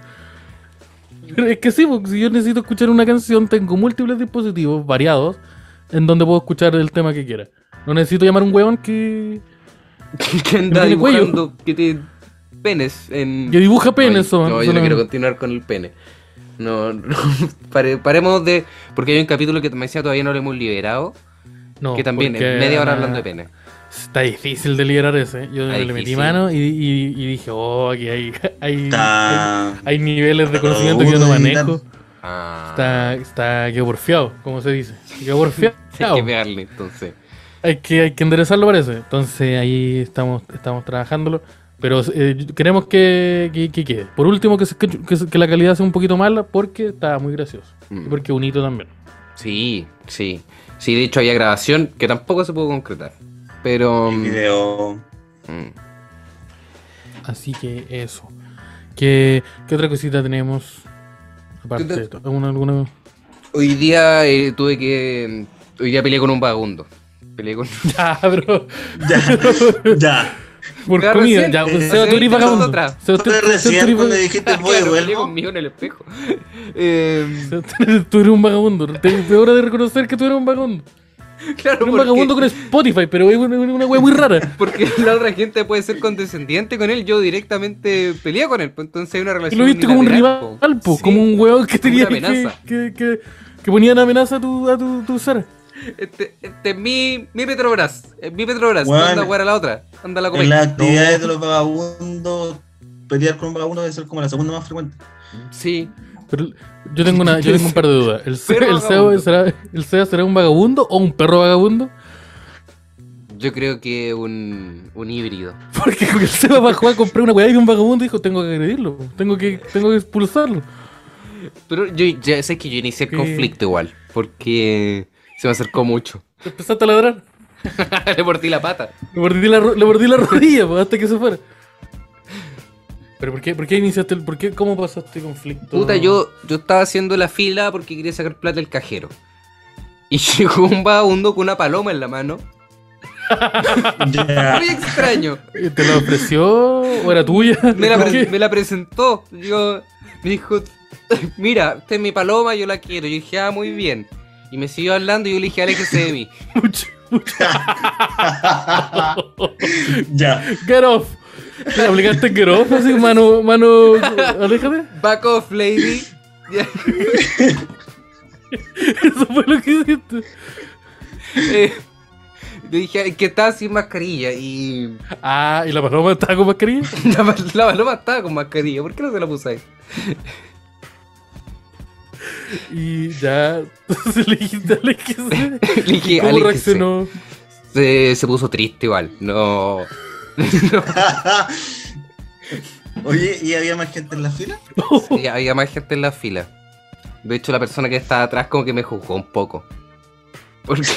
Speaker 1: Pero es que sí, porque si yo necesito escuchar una canción, tengo múltiples dispositivos variados en donde puedo escuchar el tema que quiera. No necesito llamar a un huevón que,
Speaker 2: que anda
Speaker 1: tiene cuello.
Speaker 2: dibujando que tiene penes en...
Speaker 1: que dibuja penes.
Speaker 2: Ay,
Speaker 1: o-
Speaker 2: No, yo no
Speaker 1: solamente.
Speaker 2: quiero continuar con el pene. No, no, pare- paremos de... Porque hay un capítulo que me decía todavía no lo hemos liberado,
Speaker 1: No,
Speaker 2: que también es
Speaker 1: porque,
Speaker 2: media hora
Speaker 1: ah,
Speaker 2: hablando de pene.
Speaker 1: Está difícil de liberar ese. ¿eh? Yo
Speaker 2: Está
Speaker 1: le metí
Speaker 2: difícil.
Speaker 1: mano y, y- y dije, oh, aquí hay, hay, hay,
Speaker 3: Está.
Speaker 1: hay niveles de conocimiento que yo no
Speaker 3: Uy,
Speaker 1: manejo.
Speaker 2: Ah,
Speaker 1: Está, está, quedó porfiado, como se dice. Quedó porfiado.
Speaker 2: hay que pegarle entonces.
Speaker 1: Hay que, hay que enderezarlo, parece. Entonces ahí estamos, estamos trabajándolo. Pero eh, queremos que, que- que quede. Por último, que, se- que- que se- que la calidad sea un poquito mala porque está muy gracioso.
Speaker 2: Mm.
Speaker 1: Y porque bonito también.
Speaker 2: Sí, sí. Sí, de hecho había grabación que tampoco se pudo concretar. Pero...
Speaker 3: El video.
Speaker 2: mm,
Speaker 1: Así que eso. ¿Qué, qué otra cosita tenemos? Aparte de esto, ¿alguna, alguna?
Speaker 2: Hoy día eh, tuve que... mm, Hoy día peleé con un vagabundo. Peleé con...
Speaker 1: Ya, Ah, bro.
Speaker 3: Ya. ya.
Speaker 1: Por
Speaker 2: Pero
Speaker 1: comida.
Speaker 2: recién,
Speaker 1: Ya, pues,
Speaker 2: eh,
Speaker 1: Seba, tú
Speaker 2: recién
Speaker 1: eres
Speaker 2: hizo
Speaker 1: vagabundo.
Speaker 2: otra.
Speaker 1: Seba, tú-
Speaker 3: Fue
Speaker 1: Seba, tú
Speaker 3: recién
Speaker 1: eres-
Speaker 3: cuando dijiste voy y
Speaker 2: Claro, peleé
Speaker 3: vuelvo.
Speaker 2: conmigo en el espejo. Eh,
Speaker 1: Seba, Tú eres un vagabundo. Te- Es hora de reconocer que tú eres un vagabundo.
Speaker 2: claro,
Speaker 1: Eres un
Speaker 2: porque-
Speaker 1: vagabundo con Spotify, pero es una, una wea muy rara.
Speaker 2: Porque la otra gente puede ser condescendiente con él, yo directamente peleé con él, pues, entonces hay una
Speaker 1: Y
Speaker 2: relación.
Speaker 1: lo viste como un
Speaker 2: unilateral,
Speaker 1: rival,
Speaker 2: po.
Speaker 1: po,
Speaker 2: Sí, pues,
Speaker 1: como un hueón que
Speaker 2: como
Speaker 1: tenía
Speaker 2: una
Speaker 1: que,
Speaker 2: amenaza.
Speaker 1: que, que, que ponía en amenaza a tu, a tu, tu ser.
Speaker 2: Este, este es mi, mi Petrobras, es mi Petrobras,
Speaker 3: Bueno.
Speaker 2: no anda a jugar a la otra, anda a la
Speaker 3: En las
Speaker 2: Copec.
Speaker 3: actividades de los vagabundos, pelear con un vagabundo debe ser como la segunda más frecuente.
Speaker 2: Sí,
Speaker 1: Pero yo tengo una, yo tengo un par de dudas. ¿El Seba,
Speaker 2: Perro
Speaker 1: el, Seba
Speaker 2: vagabundo.
Speaker 1: será, ¿El Seba será un vagabundo o un perro vagabundo?
Speaker 2: yo creo que un, un híbrido.
Speaker 1: Porque el Seba bajó a comprar una weá y un vagabundo y dijo, tengo que agredirlo, po, tengo que, tengo que expulsarlo.
Speaker 2: Pero yo ya sé que yo inicié el
Speaker 1: Sí.
Speaker 2: conflicto igual, porque se me acercó mucho.
Speaker 1: Te Empezaste a ladrar.
Speaker 2: Le mordí la pata.
Speaker 1: Le mordí la, ro- le mordí la rodilla po, hasta que se fuera. ¿Pero por qué, por qué iniciaste el, por qué, cómo pasaste conflicto?
Speaker 2: Puta, yo, yo estaba haciendo la fila porque quería sacar plata del cajero. Y llegó un vagabundo con una paloma en la mano.
Speaker 3: Ya.
Speaker 2: Muy extraño.
Speaker 1: Eh, ¿Te la ofreció o era tuya?
Speaker 2: Me la,
Speaker 1: ¿Por
Speaker 2: pre-
Speaker 1: qué?
Speaker 2: me la presentó. Yo, me dijo, mira, esta es mi paloma, yo la quiero. Yo dije, ah, muy bien. Y me siguió hablando y yo le dije, aléjese de mí.
Speaker 1: Mucho-
Speaker 3: ya.
Speaker 1: Get off. ¿Le aplicaste get off? Así, mano, mano, aléjate.
Speaker 2: Back off, lady.
Speaker 1: Eso fue lo que hiciste.
Speaker 2: Eh, le dije, que estaba sin mascarilla. Y
Speaker 1: Ah, ¿y la paloma estaba con mascarilla?
Speaker 2: la, pa- la paloma estaba con mascarilla. ¿Por qué no se la puse ahí?
Speaker 1: Y ya, entonces le dijiste, aléjese.
Speaker 2: Le dije,
Speaker 1: ¿Cómo
Speaker 2: "Aléjese".
Speaker 1: reaccionó?
Speaker 2: Se, se puso triste igual. No.
Speaker 3: Oye, ¿y había más gente en la fila?
Speaker 2: Sí, había más gente en la fila. De hecho, la persona que estaba atrás como que me juzgó un poco. Porque...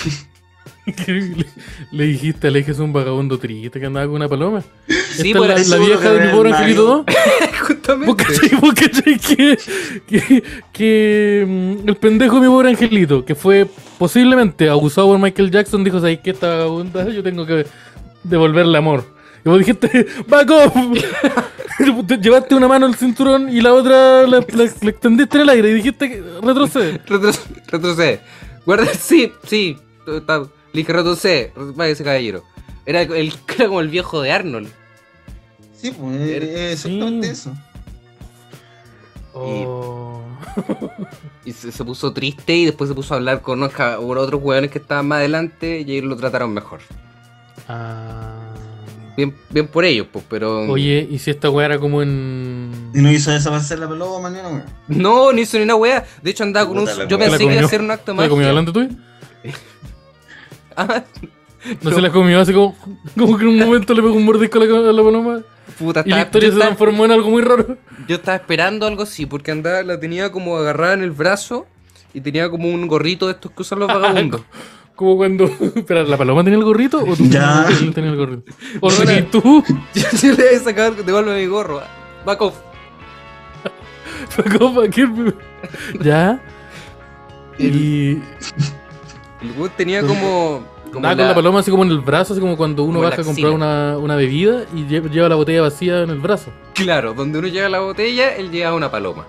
Speaker 1: Increíble. Le dijiste, aléjese un vagabundo triste que andaba con una paloma.
Speaker 2: Sí,
Speaker 1: Esta
Speaker 2: pues,
Speaker 1: es la, la
Speaker 3: eso
Speaker 1: vieja
Speaker 3: lo que
Speaker 1: de mi
Speaker 3: ve
Speaker 1: pobre
Speaker 3: el
Speaker 1: angelito
Speaker 3: Mario.
Speaker 1: 2. ¿Vos
Speaker 2: Justamente.
Speaker 1: cachai, vos cachai que, que, que, mm, el pendejo de mi pobre angelito, que fue posiblemente abusado por Michael Jackson, dijo, ¿sabes qué? Esta vagabunda, yo tengo que devolverle amor. Y vos dijiste, ¡back off! Te Llevaste una mano al cinturón y la otra la, la- la extendiste en el aire y dijiste, que retrocede.
Speaker 2: Retro- retrocede. Guarda, sí, sí. Está- Le dije, retrocede. Váyase, caballero. Era, el, era como el viejo de Arnold.
Speaker 3: Sí, pues, eh, exactamente eso.
Speaker 1: Oh.
Speaker 2: Y se, se puso triste y después se puso a hablar con unos, ca- con otros hueones que estaban más adelante y ellos lo trataron mejor.
Speaker 1: Ah.
Speaker 2: Bien, bien por ellos, pues, pero.
Speaker 1: Oye, ¿y si esta weá era como en...
Speaker 3: Y no hizo desaparecer la pelota mañana, weón.
Speaker 2: No, no hizo ni una wea. De hecho, andaba con un.
Speaker 3: Puta la
Speaker 2: Yo
Speaker 3: wea.
Speaker 2: pensé
Speaker 1: ¿La
Speaker 2: que iba a
Speaker 1: comió?
Speaker 2: hacer un acto
Speaker 1: ¿Se la
Speaker 2: más.
Speaker 1: comió delante tuyo?
Speaker 2: Ah,
Speaker 1: No, se la comió así como, como que en un momento le pegó un mordisco a la, a la paloma
Speaker 2: puta,
Speaker 1: y la
Speaker 2: estaba-
Speaker 1: historia
Speaker 2: yo
Speaker 1: se
Speaker 2: estaba-
Speaker 1: transformó en algo muy raro.
Speaker 2: Yo estaba esperando algo así, porque andaba, la tenía como agarrada en el brazo y tenía como un gorrito de estos que usan los vagabundos.
Speaker 1: Como cuando. Espera, ¿la paloma tenía el gorrito o tú
Speaker 3: Ya.
Speaker 1: Él tenía el gorrito? O no,
Speaker 2: Sí.
Speaker 1: y tú.
Speaker 2: Yo se le voy a sacar, devuelve mi gorro. ah. Back off.
Speaker 1: Fue como, ¿qué? Ya. Y.
Speaker 2: El weón tenía como. como
Speaker 1: Andaba con la paloma así como en el brazo, así como cuando uno
Speaker 2: como la
Speaker 1: baja a
Speaker 2: axila.
Speaker 1: comprar una, una bebida y lle- lleva la botella vacía en el brazo.
Speaker 2: Claro, donde uno llega a la botella, él llega a una paloma.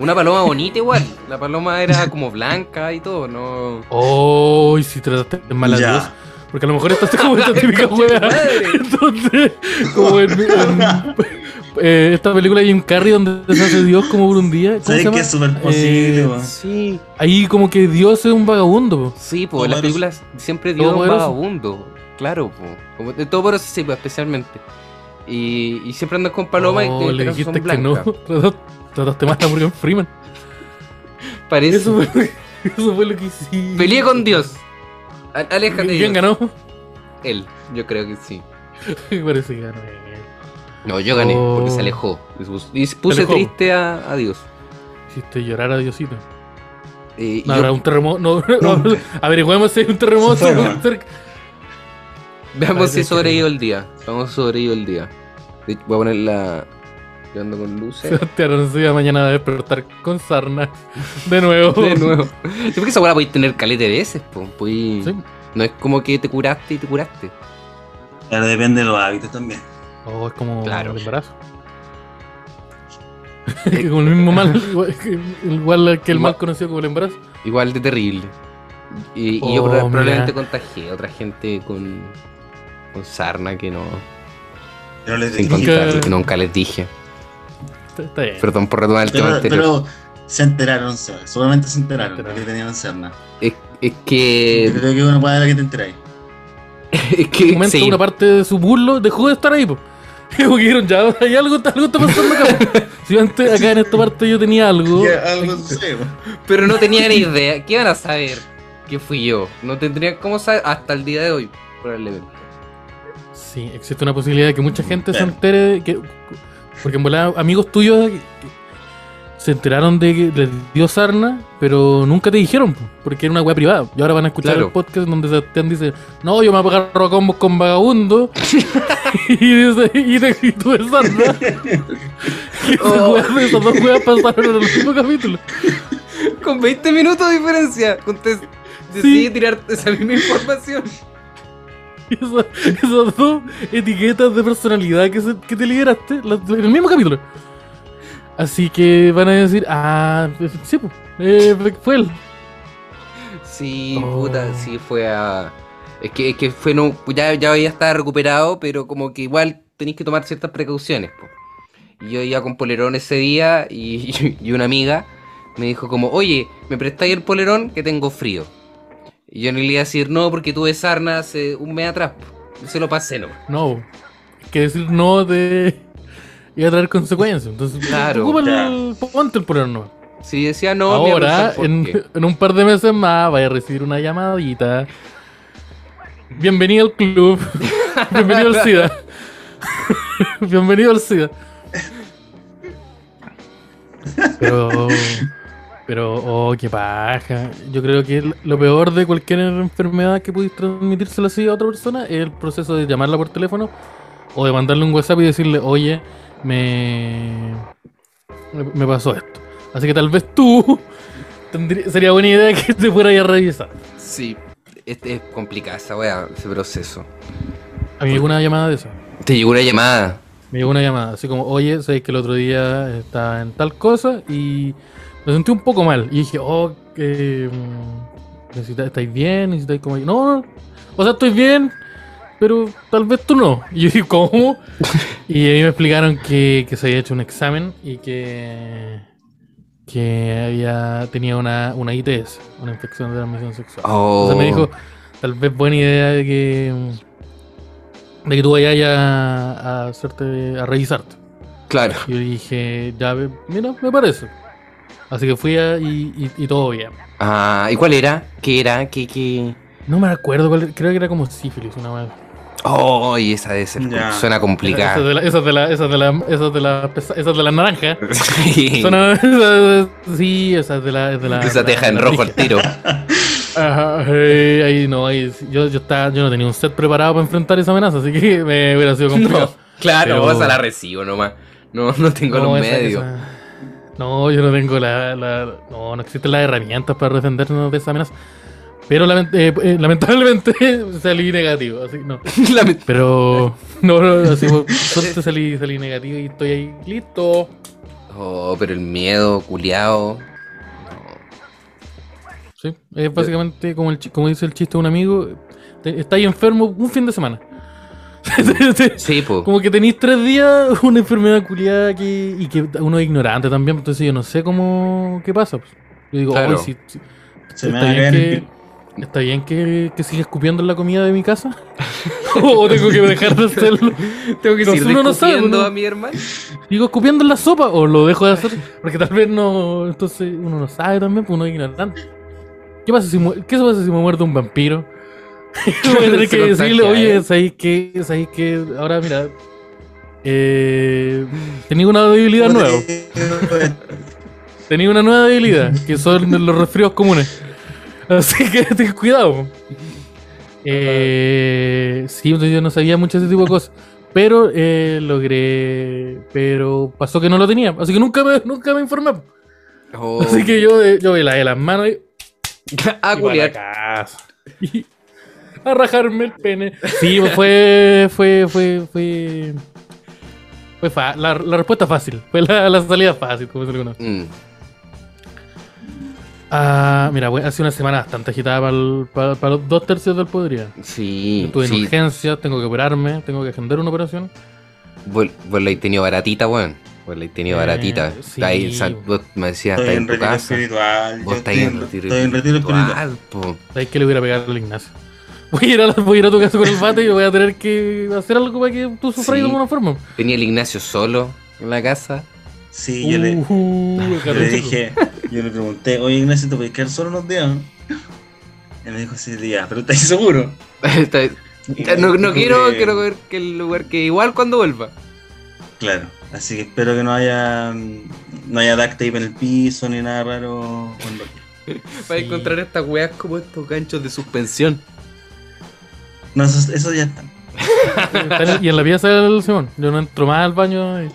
Speaker 2: Una paloma bonita igual. La paloma era como blanca y todo, no.
Speaker 1: Oh, y si trataste de mal a
Speaker 3: Ya.
Speaker 1: Dios. Porque a lo mejor estás como esta típica
Speaker 2: Conche tu
Speaker 1: hueá.
Speaker 2: madre.
Speaker 1: Entonces, como en, en- eh, esta película hay un carry donde se hace Dios como Burundía. ¿Cómo se
Speaker 3: ¿Sabes
Speaker 1: llama?
Speaker 3: qué es súper posible,
Speaker 1: Eh,
Speaker 3: weón?
Speaker 2: Sí,
Speaker 1: Ahí como que Dios es un vagabundo. po.
Speaker 2: sí, pues en
Speaker 3: Todopoderoso.
Speaker 2: las películas siempre dio un
Speaker 1: Todopoderoso.
Speaker 2: vagabundo. Claro, pues. Como de todo por eso sí, po, especialmente. Y, y siempre andan con palomas y
Speaker 1: oh,
Speaker 2: en
Speaker 1: le
Speaker 2: este caso
Speaker 1: dijiste
Speaker 2: son
Speaker 1: que no.
Speaker 2: blancas.
Speaker 1: Tratas- Trataste más a Morgan Freeman.
Speaker 2: Parece.
Speaker 1: Eso fue, eso fue lo que hiciste.
Speaker 2: Peleé con Dios. A- Aléjate de
Speaker 1: ¿Quién
Speaker 2: Dios.
Speaker 1: ganó?
Speaker 2: Él, yo creo que sí.
Speaker 1: Me parece que ganó. él.
Speaker 2: No, yo gané,
Speaker 1: Oh.
Speaker 2: porque se alejó. Y sus- Y puse
Speaker 1: alejó.
Speaker 2: triste a, a Dios.
Speaker 1: Hiciste llorar a Diosito.
Speaker 2: Eh, y
Speaker 1: No,
Speaker 2: yo-
Speaker 1: habrá un terremoto. No,
Speaker 3: Nunca.
Speaker 1: averigüemos si hay un terremoto
Speaker 3: Se fue, ¿no?
Speaker 1: cerca.
Speaker 2: Veamos
Speaker 1: Parece
Speaker 2: si
Speaker 1: que-
Speaker 2: sobrevivo el día. Vamos a sobrevivo el día. De hecho, Voy a poner la. Yo ando con luces.
Speaker 1: Sebastián se iba mañana a despertar con sarna. De nuevo.
Speaker 2: De nuevo. Sí, porque esa weá la podéis tener calete de veces, po. Podéis-
Speaker 1: Sí.
Speaker 2: No es como que te curaste y te curaste.
Speaker 3: Claro, depende de los hábitos también.
Speaker 1: Oh, es como
Speaker 2: Claro.
Speaker 1: el embarazo. Que como el mismo mal, igual, igual que el mal
Speaker 2: Igual.
Speaker 1: conocido como el embarazo.
Speaker 2: Igual de terrible. Y, y yo
Speaker 1: Oh,
Speaker 2: proba-
Speaker 1: mira.
Speaker 2: probablemente contagié a otra gente con. con sarna que no.
Speaker 3: Pero les
Speaker 2: Sin
Speaker 1: Nunca-
Speaker 2: contarle, que nunca les dije.
Speaker 1: Está, está bien.
Speaker 2: Perdón por retomar el tema
Speaker 3: Pero,
Speaker 2: anterior.
Speaker 3: pero se enteraron, se- seguramente se enteraron
Speaker 1: Se
Speaker 3: de
Speaker 1: enteraron.
Speaker 3: que tenían Cerna.
Speaker 2: Es, es
Speaker 1: Eh,
Speaker 3: Yo
Speaker 2: que.
Speaker 3: creo que uno puede ver que te enteráis.
Speaker 2: Es
Speaker 1: En un
Speaker 2: que.
Speaker 1: momento,
Speaker 2: sí.
Speaker 1: una parte de su burlo dejó de estar ahí, po. Y como que dijeron, ya, hay algo, algo está pasando acá. Si antes acá en esta parte yo tenía algo.
Speaker 3: Ya, algo sucede, weón.
Speaker 2: Pero no tenía ni idea. ¿Qué iban a saber? Que fui yo. No tendrían cómo saber hasta el día de hoy, probablemente.
Speaker 1: Sí, existe una posibilidad de que mucha gente se
Speaker 3: Claro.
Speaker 1: entere de que. Porque en volada, amigos tuyos que- se enteraron de que les dio sarna, pero nunca te dijeron, po, porque era una web privada. Y ahora van a escuchar
Speaker 2: Claro.
Speaker 1: el podcast donde Sebastián dice: No, yo me voy a agarrar a combos con vagabundo. y dice: Y te y tuve sarna. y esas
Speaker 2: Oh.
Speaker 1: weas- esas dos weas pasaron en el mismo capítulo.
Speaker 2: Con 20 minutos de diferencia. Conté, decidí tirar esa misma información.
Speaker 1: Y esa- esas dos etiquetas de personalidad que, se- que te liberaste las- en el mismo capítulo. Así que van a decir, ah, pues, sí, pues, eh, fue él.
Speaker 2: Sí,
Speaker 1: Oh.
Speaker 2: puta, sí fue a. Es que, es que fue no, ya, ya ya estaba recuperado, pero como que igual tenéis que tomar ciertas precauciones. po. Y yo iba con polerón ese día y, y una amiga me dijo como, oye, ¿me prestáis el polerón que tengo frío? Y yo no le iba a decir no porque tuve sarna hace un mes atrás. po". Se lo pasé nomás.
Speaker 1: No, es que decir no de... iba a traer consecuencias. Entonces,
Speaker 2: Claro,
Speaker 1: ocupa el, ponte el polerón nomás.
Speaker 2: Si decía no, me iba a
Speaker 1: Ahora,
Speaker 2: preguntar por
Speaker 1: en,
Speaker 2: qué.
Speaker 1: en un par de meses más, vaya a recibir una llamadita. Bienvenido al club. Bienvenido al SIDA. Bienvenido al SIDA. Pero, pero, oh, qué paja. Yo creo que lo peor de cualquier enfermedad que pudiste transmitírselo así a otra persona es el proceso de llamarla por teléfono o de mandarle un WhatsApp y decirle, oye, me, me- me pasó esto. Así que tal vez tú tendrí- sería buena idea que te fuera a revisar.
Speaker 2: Sí, es, es complicada esa weá, ese proceso.
Speaker 1: A mí llegó una llamada de esa.
Speaker 2: Te llegó una llamada.
Speaker 1: Me llegó una llamada, así como, oye, sabes que el otro día estaba en tal cosa y me sentí un poco mal. Y dije, oh, eh, mm, necesita- ¿estáis bien? ¿Necesitáis como.? No, no, o sea, estoy bien, pero tal vez tú no. Y yo dije, ¿cómo? y ahí me explicaron que, que se había hecho un examen y que. que había tenía una, una ITS, una infección de transmisión sexual.
Speaker 2: Oh.
Speaker 1: O sea, me dijo, tal vez buena idea de que, de que tú vayas a, a hacerte, a revisarte.
Speaker 2: Claro.
Speaker 1: Y yo dije, ya, ve- mira, me parece. Así que fui a- y, y- y todo bien.
Speaker 2: Ah, ¿y cuál era? ¿Qué era? ¿Qué, qué?
Speaker 1: No me acuerdo, cuál era, creo que era como sífilis, una vez.
Speaker 2: Oh, y esa de ser.
Speaker 3: Ya.
Speaker 2: Suena
Speaker 1: Esas
Speaker 2: complicada.
Speaker 1: de la, esas de la, esas de la, esas de la, pesa- esas de la naranja.
Speaker 2: Sí.
Speaker 1: Son- esas- sí, esas de la, de la. de
Speaker 2: Esa
Speaker 1: la-
Speaker 2: teja en
Speaker 1: de la
Speaker 2: rojo al
Speaker 1: frija.
Speaker 2: tiro.
Speaker 1: Ajá, eh, ahí no, ahí, yo, yo, estaba, yo no tenía un set preparado para enfrentar esa amenaza, así que me hubiera sido complicado.
Speaker 2: Claro,
Speaker 1: Pero-
Speaker 2: vas a la recibo nomás. No, no tengo
Speaker 1: No,
Speaker 2: los
Speaker 1: esa-
Speaker 2: medios.
Speaker 1: esa- No, yo no tengo la, la- No, no existen las herramientas para defendernos de esa amenaza. Pero lament- eh, eh, lamentablemente salí negativo, así no.
Speaker 2: Lament-
Speaker 1: Pero no, no, así por suerte salí, salí negativo y estoy ahí listo.
Speaker 2: Oh, pero el miedo, culiao.
Speaker 1: Sí, es básicamente como, el, chi- como dice el chiste de un amigo, te- estáis enfermo un fin de semana.
Speaker 2: Sí, po.
Speaker 1: como que tenéis tres días una enfermedad culiada que, y que uno es ignorante también, entonces yo no sé cómo, qué pasa. pues. Yo digo,
Speaker 2: Claro.
Speaker 1: "Ay, si- si-
Speaker 3: Se me va
Speaker 1: está
Speaker 3: a
Speaker 1: bien
Speaker 3: caer el
Speaker 1: que,
Speaker 3: pico.
Speaker 1: está bien que, que siga escupiendo en la comida de mi casa. o tengo que dejar de hacerlo. Tengo que
Speaker 2: Si
Speaker 1: no, uno no sabe.
Speaker 2: escupiendo
Speaker 1: uno-
Speaker 2: a mi hermano.
Speaker 1: Digo, escupiendo en la sopa o lo dejo de hacer, porque tal vez no. Entonces uno no sabe también, pues uno es ignorante. ¿Qué pasa si, mu- ¿qué pasa si me muerde un vampiro? Voy a tener
Speaker 2: Se
Speaker 1: que decirle,
Speaker 2: contagia,
Speaker 1: oye,
Speaker 2: ¿eh?
Speaker 1: ¿sabéis que, ¿sabéis que ahora mira? Eh, tenía una debilidad
Speaker 3: Puta,
Speaker 1: nueva.
Speaker 3: que- que-
Speaker 1: Tenía una nueva debilidad, que son los resfríos comunes. Así que ten cuidado. Eh, sí, entonces yo no sabía mucho de ese tipo de cosas. Pero eh, logré. Pero pasó que no lo tenía. Así que nunca me, nunca me informé.
Speaker 2: Oh. Ah,
Speaker 1: Así que yo, de- yo me lavé las manos y.
Speaker 2: a
Speaker 1: y para la
Speaker 2: culiar.
Speaker 1: casa. Y a rajarme el pene. Sí, pues, fue. Fue. Fue. Fue. fue fa- la, la respuesta fácil. Fue la, la salida fácil, como dice alguna.
Speaker 2: Mm.
Speaker 1: Ah, mira, bueno, hace una semana bastante agitada para, los dos tercios del podría.
Speaker 2: Sí,
Speaker 1: Estuve en
Speaker 2: sí.
Speaker 1: urgencias, tengo que operarme, tengo que agendar una operación.
Speaker 2: Vos, vos la he tenido baratita, weón. Vos la he tenido
Speaker 1: Eh,
Speaker 2: baratita.
Speaker 1: sí.
Speaker 2: Ahí en San- vos me decías, está
Speaker 3: Estoy en
Speaker 2: en tu
Speaker 3: retiro
Speaker 2: casa.
Speaker 3: espiritual. yo
Speaker 2: Vos estáis en
Speaker 3: estoy
Speaker 2: retiro
Speaker 3: estoy en retiro espiritual.
Speaker 2: espiritual, po.
Speaker 1: Sabéis que le voy a ir a pegar al Ignacio. Voy a, ir a, la- voy a ir a tu casa con el bate y voy a tener que hacer algo para que tú sufras
Speaker 2: Sí.
Speaker 1: de alguna forma.
Speaker 2: Tenía el Ignacio solo en la casa.
Speaker 3: Sí, yo le,
Speaker 1: Uh, el
Speaker 3: yo
Speaker 1: carro
Speaker 3: le
Speaker 1: chico.
Speaker 3: dije, yo le pregunté, oye Ignacio, ¿te puedes quedar solo unos días? Y me dijo, sí, días, pero ¿estás seguro?
Speaker 2: Está-
Speaker 3: Y
Speaker 2: no no
Speaker 3: me dijo
Speaker 2: quiero,
Speaker 3: que-
Speaker 1: Eh.
Speaker 2: quiero ver que el lugar que igual cuando vuelva.
Speaker 3: Claro, así que espero que no haya mm, no haya duct tape en el piso ni nada raro. cuando-
Speaker 2: Para
Speaker 1: Sí.
Speaker 2: encontrar estas weas como estos ganchos de suspensión.
Speaker 3: No, eso, eso ya está.
Speaker 1: Está en el- Y en la pieza del Simón. Yo no entro más al baño. y-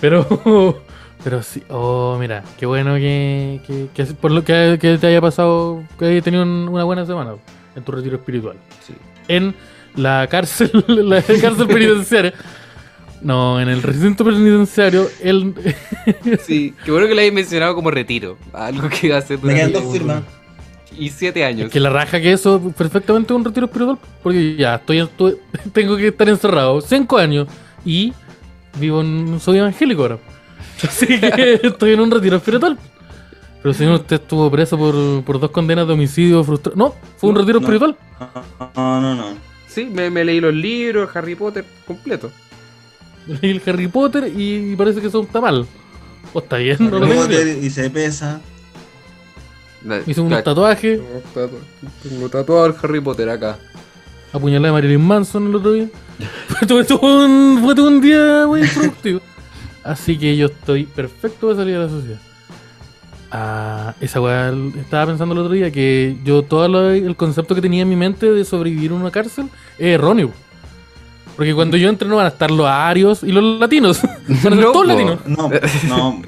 Speaker 1: Pero. Pero sí. Oh, mira, qué bueno que. que, que- por lo que, que te haya pasado. Que hayas tenido un- una buena semana en tu retiro espiritual.
Speaker 2: Sí.
Speaker 1: en la cárcel, la cárcel penitenciaria. No, en el recinto penitenciario, el
Speaker 2: Sí, qué bueno que lo hayas mencionado como retiro. Algo que va a hacer
Speaker 3: Me
Speaker 2: durante
Speaker 3: quedan dos firmas.
Speaker 2: y siete años.
Speaker 1: es que la raja que eso perfectamente es un retiro espiritual, porque ya estoy, estoy- tengo que estar encerrado cinco años y vivo en, soy evangélico ahora. Así que estoy en un retiro espiritual. Pero señor, usted estuvo preso por, por dos condenas de homicidio frustrado. No, fue un
Speaker 3: No,
Speaker 1: retiro
Speaker 3: no.
Speaker 1: espiritual.
Speaker 3: No, no, no.
Speaker 2: Sí, me, me leí los libros, Harry Potter, completo.
Speaker 1: Leí el Harry Potter y parece que eso está mal. O está bien, no lo tengo
Speaker 3: Luego
Speaker 1: idea.
Speaker 3: te- y se pesa.
Speaker 1: Hice unos
Speaker 2: La-
Speaker 1: tatuajes.
Speaker 2: Tengo tatu- Tengo tatuado al Harry Potter acá.
Speaker 1: Apuñalé a Marilyn Manson el otro día. Fue todo- todo un, fue todo un día muy productivo. Así que yo estoy perfecto para salir a la sociedad. Ah, esa weá l- estaba pensando el otro día que yo todo lo- el concepto que tenía en mi mente de sobrevivir en una cárcel es erróneo. Porque cuando yo entre no van a estar los arios y los latinos. Van a ser
Speaker 2: No, po.
Speaker 1: todos latinos.
Speaker 3: No, no.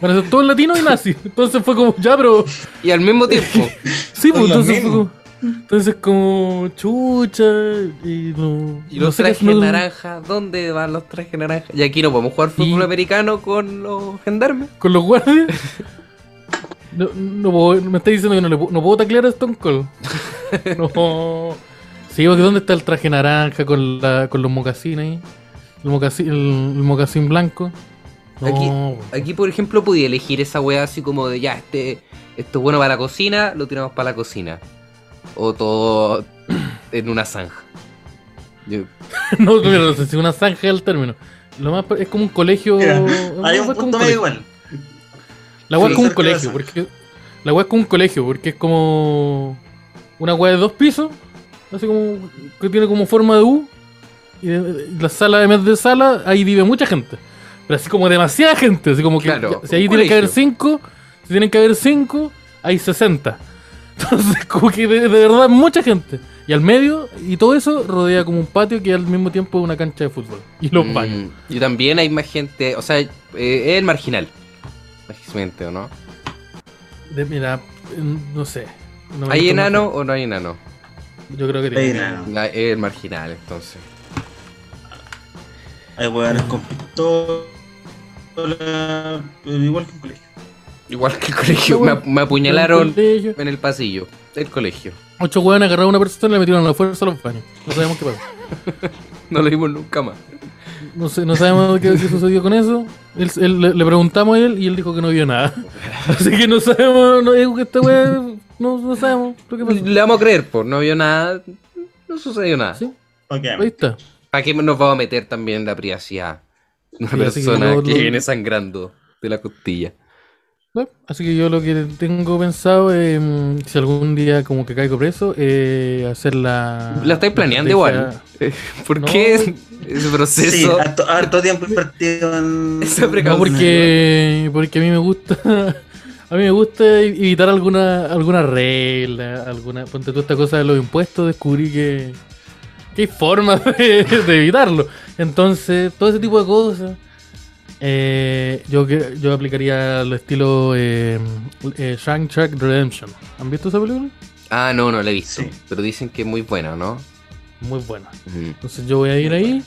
Speaker 1: Van a ser todos latinos y nazis. Entonces fue como, ya, pero
Speaker 2: Y al mismo tiempo,
Speaker 1: Sí,
Speaker 3: Son
Speaker 1: pues
Speaker 3: los
Speaker 1: entonces,
Speaker 3: mismos.
Speaker 1: como, entonces como chucha y no,
Speaker 2: y los
Speaker 1: sé qué-
Speaker 2: trajes
Speaker 1: no-
Speaker 2: naranja, ¿dónde van los trajes naranja? Y aquí no podemos jugar fútbol
Speaker 1: Y-
Speaker 2: americano con los gendarmes.
Speaker 1: con los guardias. No, no puedo- me está diciendo que no, le puedo- no puedo taclear a Stone Cold. No. Sí, porque ¿dónde está el traje naranja con, la, con los mocasines ahí? El mocasín, el, el mocasín blanco. No,
Speaker 2: Aquí- Aquí, por ejemplo, podía elegir esa weá así como de ya, este, esto es bueno para la cocina, lo tiramos para la cocina. O todo en una zanja. Yo-
Speaker 1: no, mira, no sé si una zanja es el término. Lo más, es como un colegio.
Speaker 3: Mira,
Speaker 1: una
Speaker 3: Hay
Speaker 1: hueá
Speaker 3: un
Speaker 1: como un
Speaker 3: punto medio
Speaker 1: colegio.
Speaker 3: igual.
Speaker 1: La weá
Speaker 3: Sí.
Speaker 1: es como un
Speaker 3: Cerca de
Speaker 1: colegio,
Speaker 3: la zanja.
Speaker 1: porque. La weá es como un colegio, porque es como. Una weá de dos pisos, así como. que tiene como forma de U. Y eh, la sala, en vez de sala, ahí vive mucha gente. Pero así como demasiada gente, así como que.
Speaker 2: Claro,
Speaker 1: si ahí
Speaker 2: un
Speaker 1: tiene que haber
Speaker 2: colegio.
Speaker 1: cinco, si tienen que haber cinco, hay 60. Entonces, como que de, de verdad, mucha gente. Y al medio, y todo eso rodea como un patio que al mismo tiempo es una cancha de fútbol. Y los baños.
Speaker 2: Mm, y también hay más gente, o sea, eh, es el marginal. Básicamente, ¿o no?
Speaker 1: De- mira, mm, no sé. No me
Speaker 2: ¿Hay
Speaker 1: gusta
Speaker 2: enano o no hay enano?
Speaker 1: mucho. Yo creo que
Speaker 3: Hay
Speaker 1: tiene.
Speaker 3: enanos,
Speaker 2: La- Es el marginal, entonces.
Speaker 3: hay hueones con pistola, pero igual que un colegio.
Speaker 2: Igual que el colegio, me,
Speaker 1: Bueno,
Speaker 2: ap- me apuñalaron
Speaker 1: Ellos,
Speaker 2: en el pasillo del colegio.
Speaker 1: Ocho hueones agarraron a una persona y la metieron a la fuerza a los baños. No sabemos qué pasó.
Speaker 2: No lo vimos nunca más.
Speaker 1: No, sé, no sabemos qué, qué sucedió con eso. Él- él- le, le preguntamos a él y él dijo que no vio nada. Así que no sabemos, no, es que esta weá, no, no sabemos lo que pasó.
Speaker 2: Le vamos a creer, pues no vio nada, no sucedió nada.
Speaker 1: Sí, ahí
Speaker 3: Ok.
Speaker 1: está.
Speaker 2: ¿Para qué nos vamos a meter también la privacidad? Una
Speaker 1: Sí, así que
Speaker 2: persona
Speaker 1: no-
Speaker 2: que
Speaker 1: no-
Speaker 2: viene sangrando de la costilla.
Speaker 1: Bueno, Así que yo lo que tengo pensado es mm, si algún día como que caigo preso, eh, hacer la...
Speaker 2: La estáis planeando igual. Eh,
Speaker 1: estrategia-
Speaker 2: ¿Por
Speaker 1: No.
Speaker 2: qué es- ese
Speaker 3: Sí, ah,
Speaker 2: proceso?
Speaker 3: harto, harto tiempo invertido en.
Speaker 2: Esa
Speaker 1: No,
Speaker 2: precaución.
Speaker 1: porque, porque a mí me gusta... A mí me gusta evitar alguna alguna regla, alguna... Ponte tú esta cosa de los impuestos, descubrí que... Que hay formas de, de evitarlo. Entonces, todo ese tipo de cosas... eh, yo que- yo aplicaría el estilo eh, eh, Shang-Chi Redemption. ¿Han visto esa película?
Speaker 2: Ah, no, no la he visto.
Speaker 3: Sí.
Speaker 2: Pero dicen que es muy buena, ¿no? Mm.
Speaker 1: Muy buena.
Speaker 2: Ujú.
Speaker 1: Entonces yo voy a ir ahí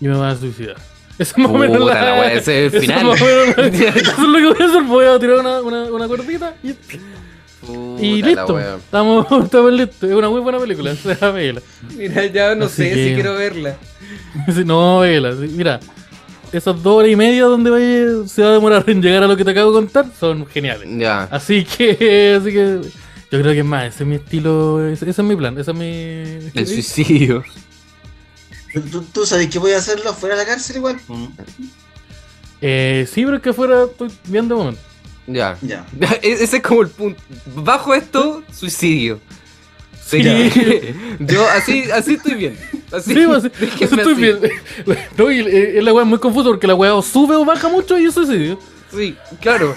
Speaker 1: y me van a suicidar. Eso es más o menos
Speaker 2: Puta,
Speaker 1: la-
Speaker 2: la wea, ese es el
Speaker 1: eso es
Speaker 2: final.
Speaker 1: más o menos la- Eso es lo que voy a hacer. pues Voy a tirar una, una, una cuerdita y, y
Speaker 2: Puta la
Speaker 1: listo.
Speaker 2: wea.
Speaker 1: Estamos, estamos listos. Es una muy buena película. o sea, véela.
Speaker 2: Mira, ya no
Speaker 1: Así
Speaker 2: sé si
Speaker 1: que-
Speaker 2: quiero verla.
Speaker 1: Sí, No, véela. Sí, Mira, esas dos horas y media donde vaya- se va a demorar en llegar a lo que te acabo de contar son geniales.
Speaker 2: Ya.
Speaker 1: Así que, así que yo creo que es más. Ese es mi estilo. Ese, ese es mi plan. Ese es mi.
Speaker 2: El suicidio.
Speaker 3: ¿Tú, tú sabes que voy a hacerlo fuera de la cárcel igual.
Speaker 2: Mm.
Speaker 1: Eh, sí, pero es que afuera estoy bien de momento.
Speaker 2: Ya.
Speaker 3: Ya.
Speaker 2: E- Ese es como el punto. Bajo esto, suicidio.
Speaker 1: Sí.
Speaker 2: Yo así, así estoy bien. Así,
Speaker 1: Sí, pues, sí.
Speaker 2: déjenme
Speaker 1: Eso estoy
Speaker 2: así.
Speaker 1: bien. No, y eh, la weá es muy confuso porque la weá o sube o baja mucho y eso sí. ¿eh?
Speaker 2: Sí, claro.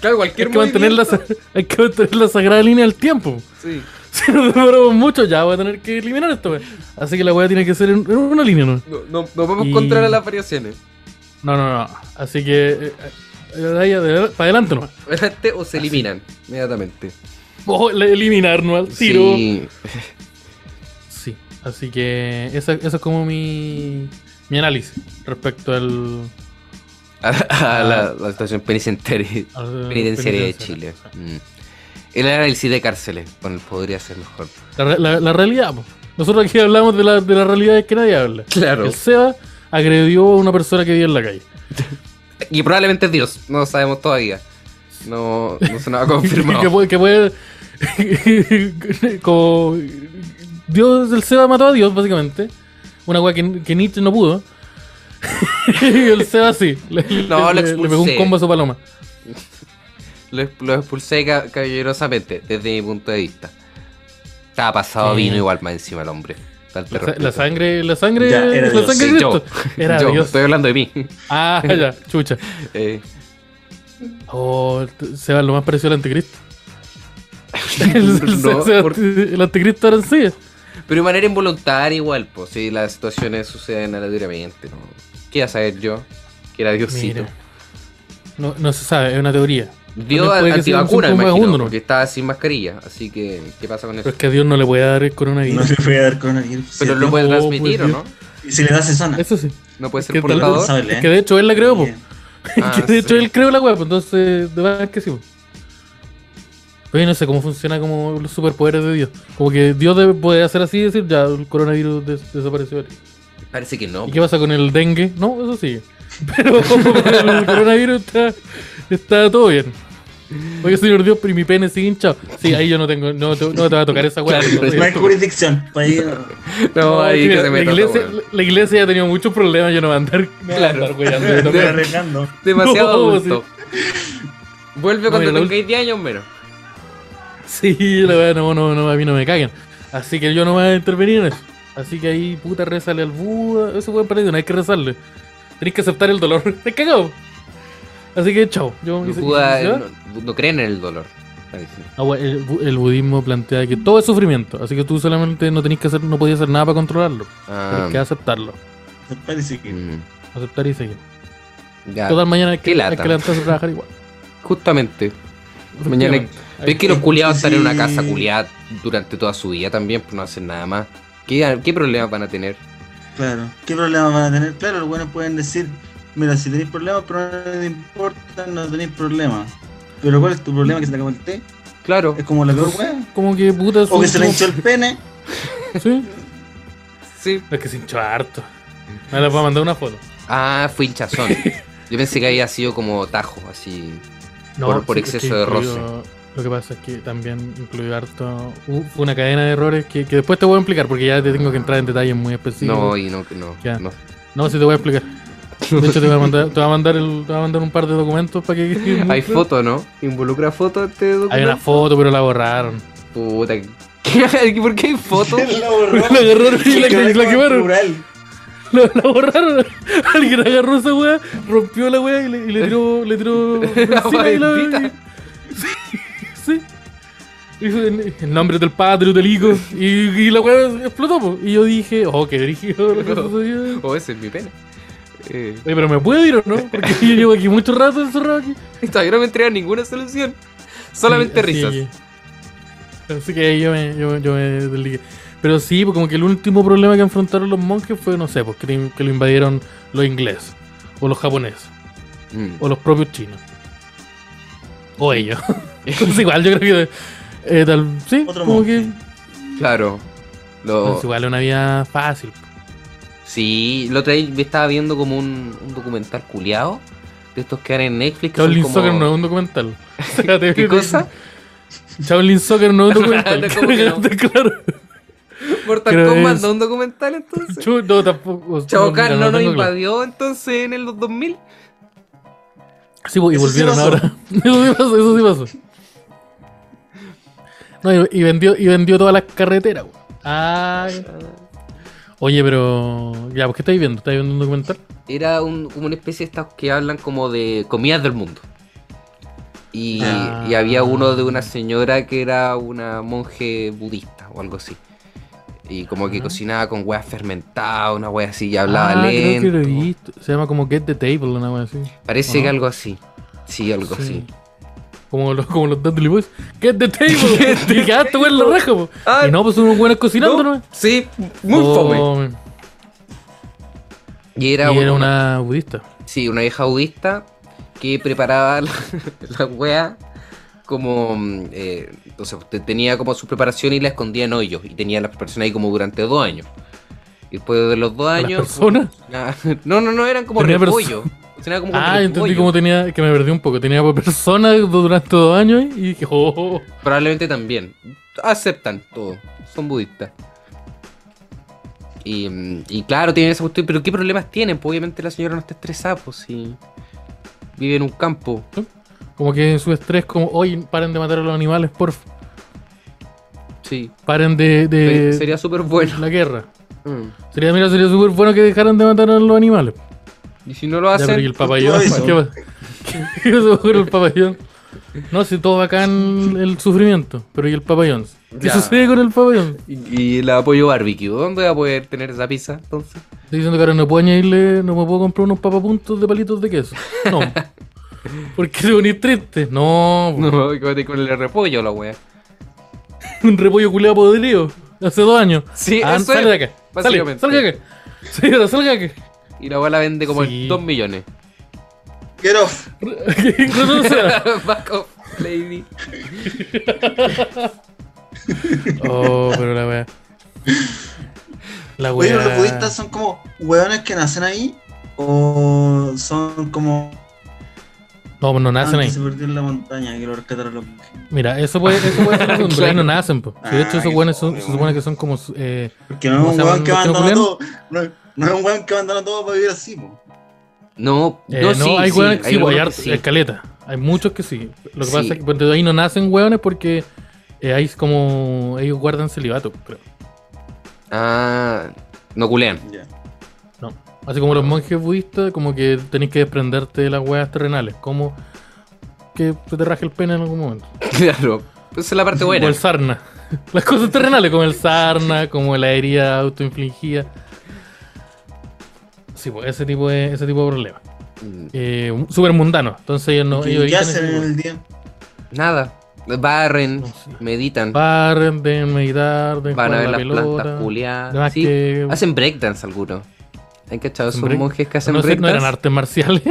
Speaker 2: Claro, cualquier
Speaker 1: Hay que, mantener la,
Speaker 2: movimiento-
Speaker 1: sa- hay que mantener la sagrada línea del tiempo.
Speaker 2: Sí.
Speaker 1: Si nos demoramos mucho, ya voy a tener que eliminar esta weá. Así que la weá tiene que ser en, en una línea, ¿no?
Speaker 2: No, no, no podemos
Speaker 1: Y-
Speaker 2: controlar las variaciones.
Speaker 1: No, no, no. Así que. eh, eh, de ahí adela- para adelante, ¿no?
Speaker 2: Adelante o se eliminan inmediatamente.
Speaker 1: Ojo, Oh, la- eliminar, ¿no? Al tiro. Sí.
Speaker 2: Sí.
Speaker 1: Así que. Esa, eso es como mi. Mi análisis respecto al.
Speaker 2: A, a la, la situación penitenciaria,
Speaker 1: al-
Speaker 2: penitenciaria de
Speaker 1: Ah, penitenciaria.
Speaker 2: Chile. Mm. El análisis de cárceles. Bueno, podría ser mejor.
Speaker 1: La, re- la- la realidad, po. Nosotros aquí hablamos de la, de la realidad que nadie habla.
Speaker 2: Claro.
Speaker 1: El Seba agredió a una persona que vivía en la calle.
Speaker 2: Y probablemente es Dios. No lo sabemos todavía. No, no se nos ha confirmado.
Speaker 1: Que puede. Que puede como. Dios, el Seba mató a Dios, básicamente. Una weá que, que Nietzsche no pudo. y el Seba sí. Le,
Speaker 2: No, lo
Speaker 1: le- le pegó un
Speaker 2: expulsé.
Speaker 1: combo a su paloma.
Speaker 2: Lo, ex- lo expulsé ca- caballerosamente, desde mi punto de vista. Estaba pasado
Speaker 1: Sí.
Speaker 2: vino igual más encima el hombre. Tanto
Speaker 1: La, sa-
Speaker 2: respeto.
Speaker 1: la sangre. La sangre.
Speaker 3: Ya, era
Speaker 1: la
Speaker 3: Dios.
Speaker 1: sangre
Speaker 2: Sí,
Speaker 1: de
Speaker 2: yo.
Speaker 1: Cristo. Era
Speaker 2: Yo,
Speaker 1: Dios.
Speaker 2: estoy hablando de mí.
Speaker 1: Ah, ya, chucha.
Speaker 2: Eh,
Speaker 1: Oh, t- Seba, lo más parecido al anticristo. el, el-
Speaker 2: No,
Speaker 1: Seba-
Speaker 2: por-
Speaker 1: el anticristo ahora sí.
Speaker 2: pero de manera involuntaria igual, pues si las situaciones suceden aleatoriamente. ¿no? ¿Qué iba a saber yo? Que era Diosito.
Speaker 1: Mira. No, no se sabe, es una teoría. También
Speaker 2: Dios
Speaker 1: puede que sea un
Speaker 2: antivacuna,
Speaker 1: síntoma
Speaker 2: imagino,
Speaker 1: vagúndolo.
Speaker 2: porque estaba sin mascarilla. Así que, ¿qué pasa con
Speaker 1: Pero
Speaker 2: eso?
Speaker 1: es que a Dios no le puede dar el
Speaker 3: No
Speaker 1: coronavirus.
Speaker 3: le voy a dar coronavirus.
Speaker 2: Pero
Speaker 3: Sí,
Speaker 2: lo
Speaker 1: no,
Speaker 2: puede
Speaker 1: pues,
Speaker 2: transmitir, ¿o no?
Speaker 1: Dios.
Speaker 3: Y si le da sesona.
Speaker 1: Eso sí.
Speaker 2: No puede
Speaker 1: Es
Speaker 2: ser
Speaker 1: que tal vez-
Speaker 2: portador.
Speaker 3: Responsable, ¿eh?
Speaker 1: Que de hecho él la creó, po.
Speaker 2: Ah,
Speaker 1: que de hecho
Speaker 2: sí.
Speaker 1: él creó la web, entonces, de verdad que sí, po. Oye, no sé cómo funciona como los superpoderes de Dios. Como que Dios debe, puede hacer así y decir, ya, el coronavirus des- desapareció.
Speaker 2: Parece que no.
Speaker 1: ¿Y qué pasa con el dengue? No, eso sí. Pero el coronavirus está, está todo bien. Oye, señor Dios, pero mi pene sigue hinchado. Sí, ahí yo no tengo, no te, no te va a tocar esa weá.
Speaker 2: Claro,
Speaker 1: no
Speaker 2: pues,
Speaker 1: soy
Speaker 2: pero
Speaker 3: No hay jurisdicción. pues eh, para ir-
Speaker 2: No,
Speaker 1: No,
Speaker 2: ahí
Speaker 1: mira,
Speaker 2: que se
Speaker 1: la,
Speaker 2: meta.
Speaker 1: iglesia,
Speaker 2: weón.
Speaker 1: la- la iglesia ya ha tenido muchos problemas, yo no voy a andar, no voy a andar weyando, yo no
Speaker 3: Estoy
Speaker 1: creo.
Speaker 3: arriesgando.
Speaker 2: Demasiado
Speaker 1: No,
Speaker 2: adulto. Vuelve
Speaker 1: No,
Speaker 2: cuando
Speaker 1: mira, la
Speaker 2: tengáis 10 años menos.
Speaker 1: Sí, la verdad, no, no, no, a mí no me caguen. Así que yo no voy a intervenir en eso. Así que ahí, puta, rezale al Buda. Eso puede perdido, no hay que rezarle. Tenéis que aceptar el dolor. Te cagado. Así que chao. Yo
Speaker 2: No,
Speaker 1: hice-
Speaker 2: Buda,
Speaker 1: hice-
Speaker 2: no- no creen en el dolor. Buenísimo.
Speaker 1: Ah, bueno, el, bu- el budismo plantea que todo es sufrimiento, así que tú solamente no tenés que hacer, no podías hacer nada para controlarlo,
Speaker 2: Ah,
Speaker 1: tenés que aceptarlo,
Speaker 3: Parece que.
Speaker 2: mm,
Speaker 1: aceptar y seguir.
Speaker 2: ya,
Speaker 1: Total mañana hay que,
Speaker 2: qué lata.
Speaker 1: hay que levantarse a trabajar igual.
Speaker 2: Justamente. Mañana hay-
Speaker 1: Efectivamente.
Speaker 2: Es que los culiados
Speaker 3: Sí.
Speaker 2: están en una casa culiada durante toda su vida también, pues no hacen nada más. ¿Qué, qué problemas van a tener?
Speaker 3: Claro. ¿Qué problemas van a tener? Claro, los buenos pueden decir, mira, si tenéis problemas, pero no te importa, no tenéis problemas. Pero ¿cuál es tu problema? ¿Que se te acabó el té?
Speaker 2: Claro.
Speaker 3: Es como la peor weá.
Speaker 1: Como que puta
Speaker 3: O
Speaker 1: son
Speaker 3: que se le
Speaker 1: como-
Speaker 3: hinchó el pene.
Speaker 1: Sí,
Speaker 2: Sí.
Speaker 1: es que se hinchó harto. Me les voy a mandar una foto.
Speaker 2: Ah, fue hinchazón. Yo pensé que había sido como tajo, así. Por- por
Speaker 1: sí, es
Speaker 2: exceso
Speaker 1: que
Speaker 2: de
Speaker 1: incluyó- Lo que pasa es que también incluyó harto u- una cadena de errores que, que después te voy a explicar porque ya te tengo que entrar en detalles muy específicos.
Speaker 2: no, y no, no,
Speaker 1: Ya.
Speaker 2: no.
Speaker 1: No, sí te voy a explicar. De hecho, te voy a mandar, te voy a mandar, el- te voy a mandar un par de documentos para que. que-
Speaker 2: Hay foto, ¿no? ¿Involucra foto este documento?
Speaker 1: Hay una foto, pero la borraron.
Speaker 2: Puta. ¿qué- ¿Por qué hay foto?
Speaker 3: La borró.
Speaker 1: La agarraron y la,
Speaker 3: Quedó
Speaker 1: la
Speaker 3: como
Speaker 1: quemaron.
Speaker 3: plural.
Speaker 1: La, la borraron. Alguien agarró esa weá, rompió la weá y le, y le tiró. Le tiró encima y la-
Speaker 2: bendita.
Speaker 1: Sí. Hizo en, en nombre del padre, del hijo. Y, y la weá explotó. po. Y yo dije, oh, qué dirigido. Oye,
Speaker 2: O Oh, ese es mi pene. Eh,
Speaker 1: pero me puedo ir o no? Porque yo llevo aquí mucho rato encerrado aquí.
Speaker 2: todavía no me entregan ninguna solución. Solamente
Speaker 1: Sí, así
Speaker 2: risas.
Speaker 1: que- así que ahí yo me, yo, yo me desligué. Pero sí, pues como que el último problema que enfrentaron los monjes fue, no sé, pues que, que lo invadieron los ingleses, o los japoneses,
Speaker 2: Mm.
Speaker 1: o los propios chinos. O ellos. Entonces igual yo creo que... eh, tal, sí,
Speaker 3: Otro
Speaker 1: como
Speaker 3: monje.
Speaker 2: Oh.
Speaker 1: que...
Speaker 2: Claro. Lo-
Speaker 1: Entonces igual es una vida fácil.
Speaker 2: Sí, el otro día me estaba viendo como un, un documental culiado de estos que dan en Netflix. Que son
Speaker 1: Shaolin
Speaker 2: como...
Speaker 1: Soccer no es un documental.
Speaker 2: ¿Qué cosa?
Speaker 1: Shaolin Soccer no es un documental.
Speaker 2: ¿Cómo que no?
Speaker 1: claro.
Speaker 2: Mortal
Speaker 1: Creo
Speaker 2: Kombat
Speaker 1: es-
Speaker 2: no es un documental entonces.
Speaker 1: Chu- no, tampoco.
Speaker 2: Chavo Kahn
Speaker 1: mira,
Speaker 2: no
Speaker 1: lo
Speaker 2: nos
Speaker 1: tengo claro.
Speaker 2: invadió entonces en el 2000.
Speaker 1: Sí, pues, y
Speaker 3: Eso sí
Speaker 1: volvieron
Speaker 3: pasó.
Speaker 1: ahora. Eso sí pasó, eso sí pasó. No, y, y vendió, y vendió todas las carreteras, weón. Ay. Oye, pero. Ya, pues, ¿qué estáis viendo? ¿Estáis viendo un documental?
Speaker 2: Era un- como una especie de estas que hablan como de comidas del mundo. Y,
Speaker 1: Ah.
Speaker 2: y había uno de una señora que era una monje budista o algo así. Y como que
Speaker 1: Ah.
Speaker 2: cocinaba con hueá fermentada, una hueá así, y hablaba
Speaker 1: Ah, creo que
Speaker 2: lento.
Speaker 1: lo he visto. Se llama como Get the Table, una wea así.
Speaker 2: Parece
Speaker 1: ¿O
Speaker 2: que
Speaker 1: no?
Speaker 2: algo así. Sí, algo así.
Speaker 1: Como los, como los Dudley Boys. Get the Table. y quedaste, weón, en la raja, po.
Speaker 2: Ah,
Speaker 1: Y no, pues son unos buenos cocinando, ¿no?
Speaker 2: Sí, muy
Speaker 1: Oh,
Speaker 2: fome. Y era,
Speaker 1: Y era una
Speaker 2: una,
Speaker 1: budista.
Speaker 2: Sí, una vieja budista que preparaba la, la wea como. mm, eh, o sea, te- tenía como su preparación y la escondía en hoyos. Y tenía la preparación ahí como durante dos años. Y después de los dos
Speaker 1: ¿Las
Speaker 2: años.
Speaker 1: personas?
Speaker 2: Ah, no, no, no, eran como
Speaker 1: Tenía perso-
Speaker 2: repollo. Eran como
Speaker 1: Ah, entendí
Speaker 2: repollo.
Speaker 1: cómo tenía, que me perdí un poco. Tenía por persona durante dos años y dije, oh, oh, oh.
Speaker 2: Probablemente también. Aceptan todo. Son budistas. Y, mm, y claro, tienen esa cuestión. Pero ¿qué problemas tienen? Pues obviamente la señora no está estresada, pues si vive en un campo.
Speaker 1: como que en su estrés, como, oye, paren de matar a los animales, por
Speaker 2: Sí.
Speaker 1: paren de, de
Speaker 2: Se- Sería súper bueno.
Speaker 1: la guerra.
Speaker 2: Mm.
Speaker 1: Sería, mira, sería súper bueno que dejaran de matar a los animales.
Speaker 2: Y si no lo
Speaker 1: Ya, pero ¿y
Speaker 2: hacen,
Speaker 1: el papayón?
Speaker 3: Todo eso.
Speaker 1: ¿Qué pasa? ¿Qué pasó con el papayón? No, si todo bacán el sufrimiento, pero ¿y el papayón? ¿Qué
Speaker 2: Ya.
Speaker 1: sucede con el papayón?
Speaker 2: y, y la apoyo barbecue, ¿dónde va a poder tener esa pizza entonces?
Speaker 1: Estoy diciendo que ahora no puedo añadirle, no me puedo comprar unos papapuntos de palitos de queso. No. Porque te unís triste. No, po.
Speaker 2: No, quédate con el repollo la wea.
Speaker 1: un repollo culeado podrido. Hace dos años.
Speaker 2: Sí,
Speaker 1: Ah,
Speaker 2: eso
Speaker 1: sale
Speaker 2: es,
Speaker 1: de acá. Sale,
Speaker 2: básicamente.
Speaker 1: salga de acá. Sí, ahora salga de acá.
Speaker 2: Y la wea la vende como
Speaker 1: Sí.
Speaker 2: en 2 millones.
Speaker 3: Get off.
Speaker 1: Retroceda.
Speaker 2: Back off, lady.
Speaker 1: oh, pero la wea. La
Speaker 3: Oye,
Speaker 1: wea.
Speaker 3: ¿los budistas son como hueones que nacen ahí? ¿O son como.
Speaker 1: No, no
Speaker 3: Ah,
Speaker 1: nacen
Speaker 3: que
Speaker 1: ahí.
Speaker 3: se perdió en la montaña que lo rescataron los monjes.
Speaker 1: Mira, eso puede, eso puede ser un pero ahí no
Speaker 2: Claro.
Speaker 1: nacen, po. Si de hecho,
Speaker 3: Ah,
Speaker 1: esos
Speaker 3: qué
Speaker 1: weones son- se
Speaker 3: fome,
Speaker 1: supone que son como. Eh,
Speaker 3: Porque no
Speaker 1: ¿Cómo
Speaker 3: es
Speaker 1: se
Speaker 3: un
Speaker 1: llaman
Speaker 3: weón que
Speaker 1: los
Speaker 3: abandonó
Speaker 1: troculianos?
Speaker 3: todo. No, no es un weón que abandonó todo para vivir así, po.
Speaker 2: No,
Speaker 1: eh,
Speaker 2: no,
Speaker 1: no,
Speaker 2: sí,
Speaker 1: hay
Speaker 2: sí,
Speaker 1: weones que sí, po, hay
Speaker 2: algunos
Speaker 1: hartos-
Speaker 2: que sí.
Speaker 1: escaleta. Hay muchos que sí. Lo que
Speaker 2: Sí.
Speaker 1: pasa es que pues, de ahí no nacen weones porque eh, hay como. Ellos guardan celibato, creo.
Speaker 2: Ah, no culean.
Speaker 3: Ya.
Speaker 2: Ah.
Speaker 1: Así como los monjes budistas, como que tenés que desprenderte de las weas terrenales. Como que se te raje el pene en algún momento.
Speaker 2: Claro. Esa es la parte
Speaker 1: O
Speaker 2: buena.
Speaker 1: el sarna. Las cosas terrenales, como el sarna, como la herida autoinfligida. Sí, pues ese tipo de, ese tipo de problemas.
Speaker 2: Mm,
Speaker 1: Eh, Súper mundano. Entonces ellos no.
Speaker 3: ¿Qué,
Speaker 1: Ellos
Speaker 3: qué
Speaker 1: evitan
Speaker 3: hacen
Speaker 1: ese
Speaker 3: en
Speaker 1: tipo de-
Speaker 3: el día?
Speaker 2: Nada. Barren,
Speaker 1: No sé.
Speaker 2: meditan,
Speaker 1: Barren, de meditar, de
Speaker 2: van a
Speaker 1: jugar
Speaker 2: ver
Speaker 1: la
Speaker 2: las
Speaker 1: pelota.
Speaker 2: plantas culiadas.
Speaker 1: Además
Speaker 2: Sí,
Speaker 1: que-
Speaker 2: hacen breakdance algunos. ¿Han cachado
Speaker 1: Hacen
Speaker 2: esos
Speaker 1: break-
Speaker 2: monjes que hacen
Speaker 1: no, sé, no
Speaker 2: breakdance?
Speaker 1: eran artes marciales.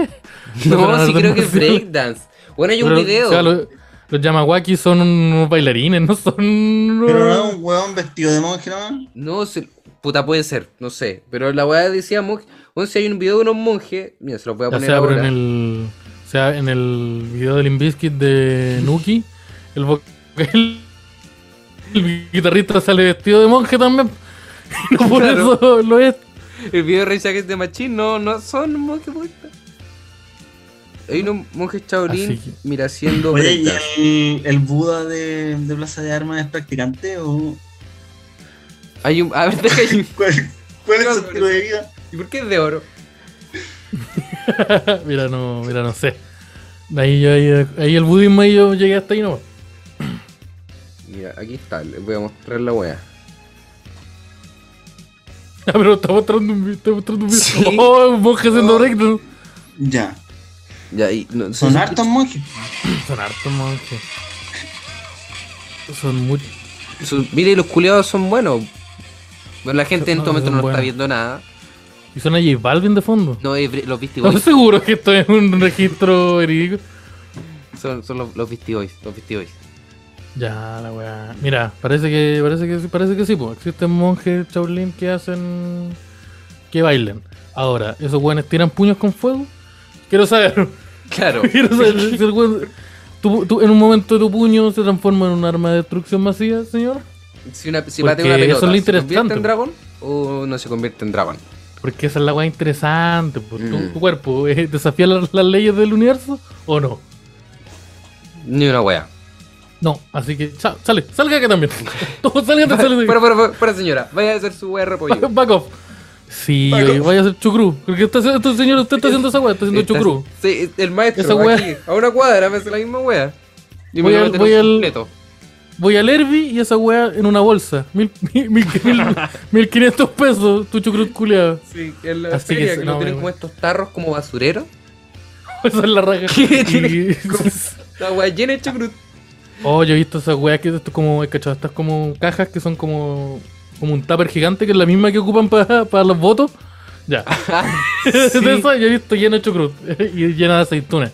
Speaker 2: No,
Speaker 1: eran
Speaker 2: sí
Speaker 1: artes
Speaker 2: creo que es
Speaker 1: marciales.
Speaker 2: breakdance. Bueno, hay un
Speaker 1: Pero,
Speaker 2: video.
Speaker 1: o sea, los, los Yamawaki son unos bailarines, no son.
Speaker 3: Pero no es un huevón vestido de monje nomás.
Speaker 2: No, se- puta puede ser, no sé. Pero la weá decía monje. Bueno, si hay un video de unos monjes. Mira, se los voy a
Speaker 1: Ya
Speaker 2: poner
Speaker 1: sea, pero
Speaker 2: ahora.
Speaker 1: en el, o sea, en el video del Inviskit de Nuki, el, vo- el, el guitarrista sale vestido de monje también. Y no por
Speaker 2: Claro.
Speaker 1: eso lo es.
Speaker 2: El video de Rey Jacket de Machín no, no son monjes puta. Hay unos monjes
Speaker 1: Así
Speaker 2: chaolín,
Speaker 1: que-
Speaker 2: mira, haciendo
Speaker 3: Oye, ¿y
Speaker 2: breakdance.
Speaker 3: el, el Buda de, de Plaza de Armas es practicante o
Speaker 2: Hay un. A ver, deja ahí.
Speaker 3: cuál, cuál
Speaker 2: No,
Speaker 3: es su
Speaker 2: pero-
Speaker 3: estilo de vida?
Speaker 2: ¿Y por qué es de oro?
Speaker 1: mira, no, mira, no sé. Ahí, yo- ahí, ahí el budismo ahí yo llegué hasta ahí no.
Speaker 2: Mira, aquí está, les voy a mostrar la weá.
Speaker 1: Ah, pero está mostrando un video, está mostrando un video.
Speaker 2: Sí.
Speaker 1: Oh, un monje haciendo
Speaker 2: Oh.
Speaker 1: recto.
Speaker 3: Ya.
Speaker 2: Ya, y no,
Speaker 3: Son
Speaker 2: sí,
Speaker 3: hartos monjes.
Speaker 1: Son hartos monjes. Son muchos.
Speaker 2: su- mira, y los culiados son buenos. Bueno, la gente en
Speaker 1: No,
Speaker 2: este momento
Speaker 1: son
Speaker 2: no está
Speaker 1: buenos.
Speaker 2: viendo nada.
Speaker 1: Y son a J Balvin de fondo.
Speaker 2: No, eh, los Beastie
Speaker 1: ¿Estás
Speaker 2: Boys.
Speaker 1: seguro que esto es un registro verídico?
Speaker 2: Son, son los, los Beastie Boys, los Beastie Boys.
Speaker 1: Ya, la weá. Mira, parece que, parece que sí, parece que sí, pues. Existen monjes Shaolin que hacen. que bailen. Ahora, ¿esos weones tiran puños con fuego? Quiero saber.
Speaker 2: Claro.
Speaker 1: Quiero saber si el weón- ¿Tú, tú- en un momento tu puño se transforma en un arma de destrucción masiva, señor.
Speaker 2: Si, una, si patea una
Speaker 1: Porque eso
Speaker 2: pelota,
Speaker 1: es lo
Speaker 2: ¿se convierte
Speaker 1: interesante.
Speaker 2: en dragón o no se convierte en dragón?
Speaker 1: Porque esa es la weá interesante. Pues, ¿Tu,
Speaker 2: Mm.
Speaker 1: tu cuerpo eh, desafía las, las leyes del universo o no?
Speaker 2: Ni una wea.
Speaker 1: No, así que chao, sale, salga que también. Tú, salga, sale de aquí.
Speaker 2: Fuera, fuera, fuera, fuera, señora, vaya a hacer su wea de repollo.
Speaker 1: Back off. Sí,
Speaker 3: Back
Speaker 1: oye,
Speaker 3: off.
Speaker 1: vaya a ser chucrú. Porque este, este señor, usted está haciendo esa weá, está haciendo
Speaker 2: Estás-
Speaker 1: chucrú.
Speaker 2: Sí, el maestro.
Speaker 1: Esa wea-
Speaker 2: aquí, a una cuadra me hace la misma wea. Y
Speaker 1: Voy
Speaker 2: me
Speaker 1: al-
Speaker 2: meten
Speaker 1: voy
Speaker 2: un
Speaker 1: al-
Speaker 2: completo.
Speaker 1: Voy al Herbi y esa weá en una bolsa. Mil, mil, mil, mil, mil quinientos pesos, tu chucrú culiado.
Speaker 2: Sí, en la
Speaker 1: Así
Speaker 2: feria
Speaker 1: que
Speaker 2: que,
Speaker 1: se-
Speaker 2: lo
Speaker 1: no,
Speaker 2: tienen
Speaker 1: me-
Speaker 2: como estos tarros como basureros.
Speaker 1: Esa es la raja.
Speaker 2: ¿Qué tiene
Speaker 1: Y-
Speaker 2: La wea llena de chucrut.
Speaker 1: Oh, yo he visto esas weas que esto es como, cachado, estas como cajas que son como, como un tupper gigante que es la misma que ocupan para los votos. Ya. de eso yo he visto lleno de chucrú y llena de aceitunas.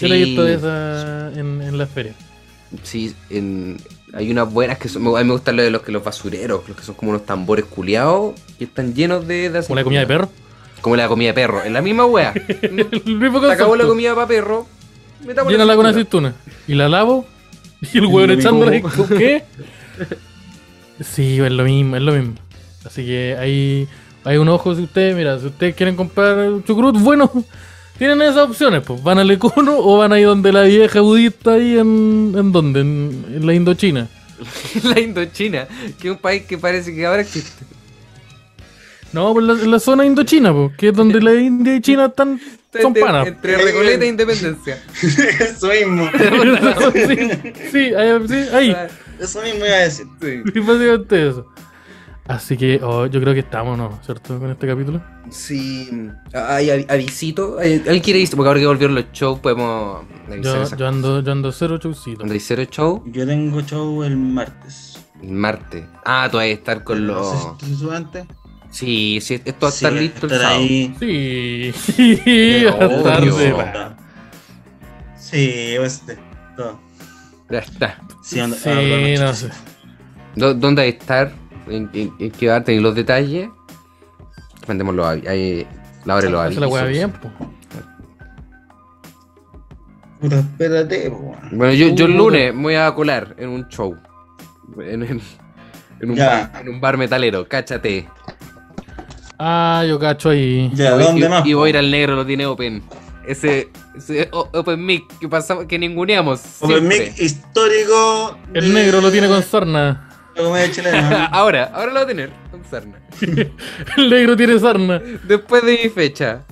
Speaker 1: Yo la he visto de esa en, en la feria.
Speaker 2: Sí, en- hay unas buenas que son. me- A mí me gustan lo de los, que los basureros, los que son como unos tambores culiados que están llenos de. de
Speaker 1: Como la comida de perro.
Speaker 2: Como la comida de perro. Es la misma wea. Se
Speaker 1: El mismo
Speaker 2: acabó la
Speaker 1: concepto.
Speaker 2: comida para perro. metamos
Speaker 1: Llénala con
Speaker 2: aceituna.
Speaker 1: aceituna. Y la lavo. Y el huevo
Speaker 3: lo mismo.
Speaker 1: echándola. y ¿con ¿Qué? Sí, es lo mismo, es lo mismo. Así que hay, hay un ojo si ustedes, mira, si ustedes quieren comprar chucrut, bueno, tienen esas opciones, pues van al Econo o van ahí donde la vieja budista ahí en, en donde, en, en la Indochina.
Speaker 2: la Indochina, que es un país que parece que ahora existe.
Speaker 1: No, pues la, la zona Indochina, pues, que es donde la India y China están, son
Speaker 2: Entre-
Speaker 1: panas.
Speaker 2: Entre Recoleta e Independencia.
Speaker 3: Eso mismo.
Speaker 1: sí, sí, ahí, sí, ahí.
Speaker 3: Eso mismo iba a decir.
Speaker 2: Sí.
Speaker 1: Sí, básicamente eso. Así que oh, yo creo que estamos, ¿no? ¿Cierto? Con este capítulo.
Speaker 2: Sí. Hay avi- avisito. Hay- ¿Alguien eh, quiere ir? Porque ahora que volvieron los shows, podemos avisar
Speaker 1: Yo,
Speaker 2: esas
Speaker 1: yo ando, yo ando cero chucito.
Speaker 2: cosas. Cuando hay cero show,
Speaker 3: Yo tengo show el martes.
Speaker 2: el martes. Ah, tú vas a estar con
Speaker 3: No sé
Speaker 2: los.
Speaker 3: si esto se sube antes.
Speaker 2: Sí, sí, esto va a
Speaker 3: Sí,
Speaker 2: estar listo el
Speaker 3: estar
Speaker 2: sábado.
Speaker 3: ahí.
Speaker 1: Sí, sí,
Speaker 2: Qué
Speaker 1: a tarde.
Speaker 2: obvio.
Speaker 1: va.
Speaker 3: Sí, pues, de- todo.
Speaker 2: Ya está.
Speaker 3: Sí, ando-
Speaker 1: Sí,
Speaker 3: ando con los
Speaker 1: no
Speaker 3: chicos.
Speaker 1: sé.
Speaker 2: ¿Dó- ¿Dónde vas a estar? ¿En, en, en qué va a tener los detalles? Mandemos los avi- ahí, La hora de los
Speaker 1: Hace la hueá
Speaker 2: avisos.
Speaker 1: bien, po.
Speaker 3: Puta, espérate, po, weón.
Speaker 2: Bueno, yo, yo el
Speaker 1: Uh,
Speaker 2: lunes me voy a colar en un show. En, en- en un,
Speaker 3: Ya.
Speaker 2: bar, en un bar metalero, cáchate.
Speaker 1: Ah, yo cacho ahí.
Speaker 3: Ya,
Speaker 2: Voy-
Speaker 3: ¿dónde
Speaker 2: y,
Speaker 3: más?
Speaker 2: y
Speaker 3: po?
Speaker 2: voy a ir al negro, lo tiene open. Ese, ese o- open mic que pasamos, que ninguneamos.
Speaker 3: Open
Speaker 2: siempre.
Speaker 3: mic histórico.
Speaker 1: El
Speaker 3: de
Speaker 1: negro lo tiene con sarna.
Speaker 3: La comedia chilena.
Speaker 2: ahora, ahora lo va a tener. con Sarna.
Speaker 1: El negro tiene sarna.
Speaker 2: Después de mi fecha.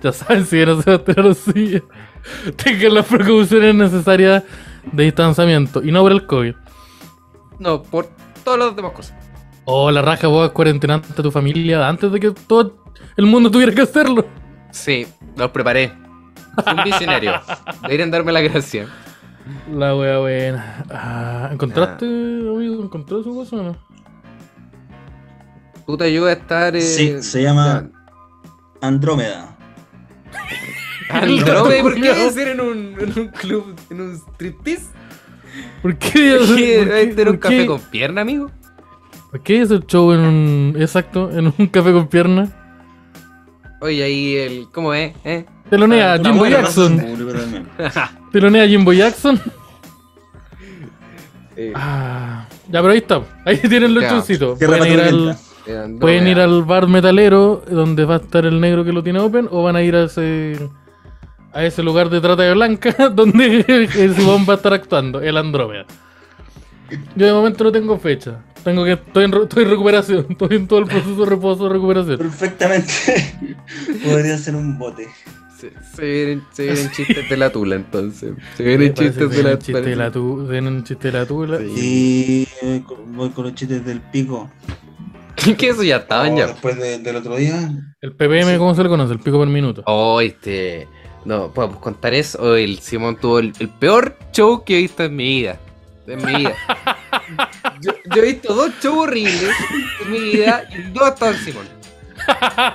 Speaker 1: Ya saben, si no se alteraron, sí. Tengan las precauciones necesarias de distanciamiento. Y no por el COVID.
Speaker 2: No, por todas las demás cosas.
Speaker 1: Oh, la raja, vos cuarentenaste a tu familia antes de que todo el mundo tuviera que hacerlo.
Speaker 2: Sí, los preparé. Fue un visionario. Deberían darme la gracia.
Speaker 1: La wea buena. Ah, ¿Encontraste,
Speaker 2: Ah.
Speaker 1: amigo? ¿Encontró su cosa o no?
Speaker 2: Puta, yo voy a estar. eh,
Speaker 3: Sí, se llama- Andrómeda.
Speaker 2: ya. Andrómeda, Ah, ¿y ¿por qué
Speaker 1: Culiao.
Speaker 2: voy a ser en un, en un club, en un striptease?
Speaker 1: ¿Por qué?
Speaker 2: ¿Por qué
Speaker 1: ¿Por
Speaker 2: voy a
Speaker 1: qué-
Speaker 2: estar en
Speaker 1: por
Speaker 2: un
Speaker 1: qué-
Speaker 2: café con pierna, amigo?
Speaker 1: ¿Por qué es el show en un. Exacto, en un café con pierna?
Speaker 2: Oye, ahí el. ¿Cómo es? ¿Eh?
Speaker 1: Telonea
Speaker 2: Ah,
Speaker 1: Jimbo
Speaker 2: bueno,
Speaker 1: Jackson. Telonea Jimbo Jackson.
Speaker 2: eh,
Speaker 1: Ah, ya, pero ahí está. Ahí tienen los
Speaker 2: Ya.
Speaker 1: chorcitos.
Speaker 3: Tierra
Speaker 1: Pueden ir al.
Speaker 3: Patrullenta.
Speaker 2: Eh, Andrómeda.
Speaker 1: Pueden ir al bar metalero donde va a estar el negro que lo tiene open o van a ir a ese a ese lugar de trata de blanca donde ese weón va a estar actuando, el Andrómeda. Yo de momento no tengo fecha. Tengo que estoy en, re- estoy en recuperación, estoy en todo el proceso de reposo recuperación.
Speaker 3: Perfectamente. Podría ser un bote.
Speaker 2: Se, se vienen, se vienen chistes de la tula, entonces. Se
Speaker 1: Me
Speaker 2: vienen
Speaker 1: parece
Speaker 2: chistes
Speaker 1: que
Speaker 2: de la,
Speaker 1: vienen chistes de la tu- vienen chistes de la tula.
Speaker 2: Sí.
Speaker 3: Y eh, con- voy con los chistes del pico.
Speaker 2: que eso ya estaban
Speaker 3: O
Speaker 2: Ah, ya.
Speaker 3: Después de- del otro día.
Speaker 1: El PPM, ¿cómo se le conoce? El pico por minuto.
Speaker 2: Oh, este. No, podemos contar eso. Oh, El Simón tuvo el, el peor show que he visto en mi vida. En mi vida. Yo, yo he visto dos shows horribles en mi vida y dos estaban Simón.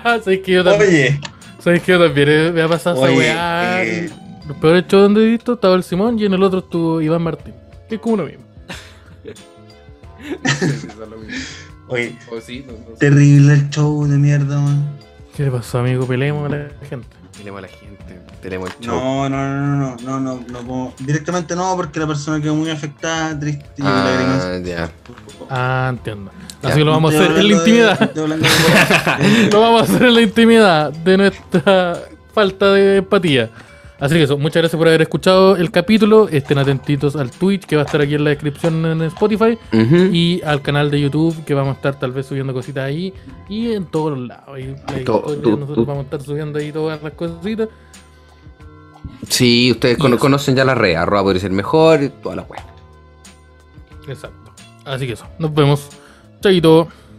Speaker 1: ¿Sabes que yo también?
Speaker 3: Oye,
Speaker 1: ¿Sabes que yo también? eh, Me ha pasado esa
Speaker 3: oye,
Speaker 1: weá.
Speaker 3: eh,
Speaker 1: Los peores shows donde he visto estaba el Simón y en el otro estuvo Iván Martín. Que es como uno mismo.
Speaker 3: oye,
Speaker 2: O sí, no, no sé.
Speaker 3: terrible el show de mierda, man.
Speaker 1: ¿Qué le pasó, amigo? Peleemos a la gente.
Speaker 2: Tenemos a la gente, tenemos el show.
Speaker 3: No, no, no, no, no, no, no, no, puedo- directamente no, porque la persona quedó muy afectada, triste y
Speaker 2: ah, ya.
Speaker 3: lágrimas.
Speaker 1: Ah, entiendo.
Speaker 2: Ya.
Speaker 1: Así que lo vamos a
Speaker 3: Estoy
Speaker 1: hacer en la
Speaker 3: hablando de-
Speaker 1: intimidad.
Speaker 3: estoy hablando de-
Speaker 1: Lo vamos a hacer en la intimidad de nuestra falta de empatía. Así que eso, muchas gracias por haber escuchado el capítulo. Estén atentitos al Twitch que va a estar aquí en la descripción en Spotify
Speaker 2: Ujú.
Speaker 1: y al canal de YouTube que vamos a estar tal vez subiendo cositas ahí y en todos lados. Ahí- ahí
Speaker 2: To-
Speaker 1: todo el día
Speaker 2: tu-
Speaker 1: nosotros
Speaker 2: tu-
Speaker 1: vamos a estar subiendo ahí todas las cositas.
Speaker 2: Sí, ustedes
Speaker 1: Y
Speaker 2: cono-
Speaker 1: eso.
Speaker 2: conocen ya la red. Arroba por ser mejor, y toda la wea.
Speaker 1: Exacto. Así que eso, nos vemos. Chaito.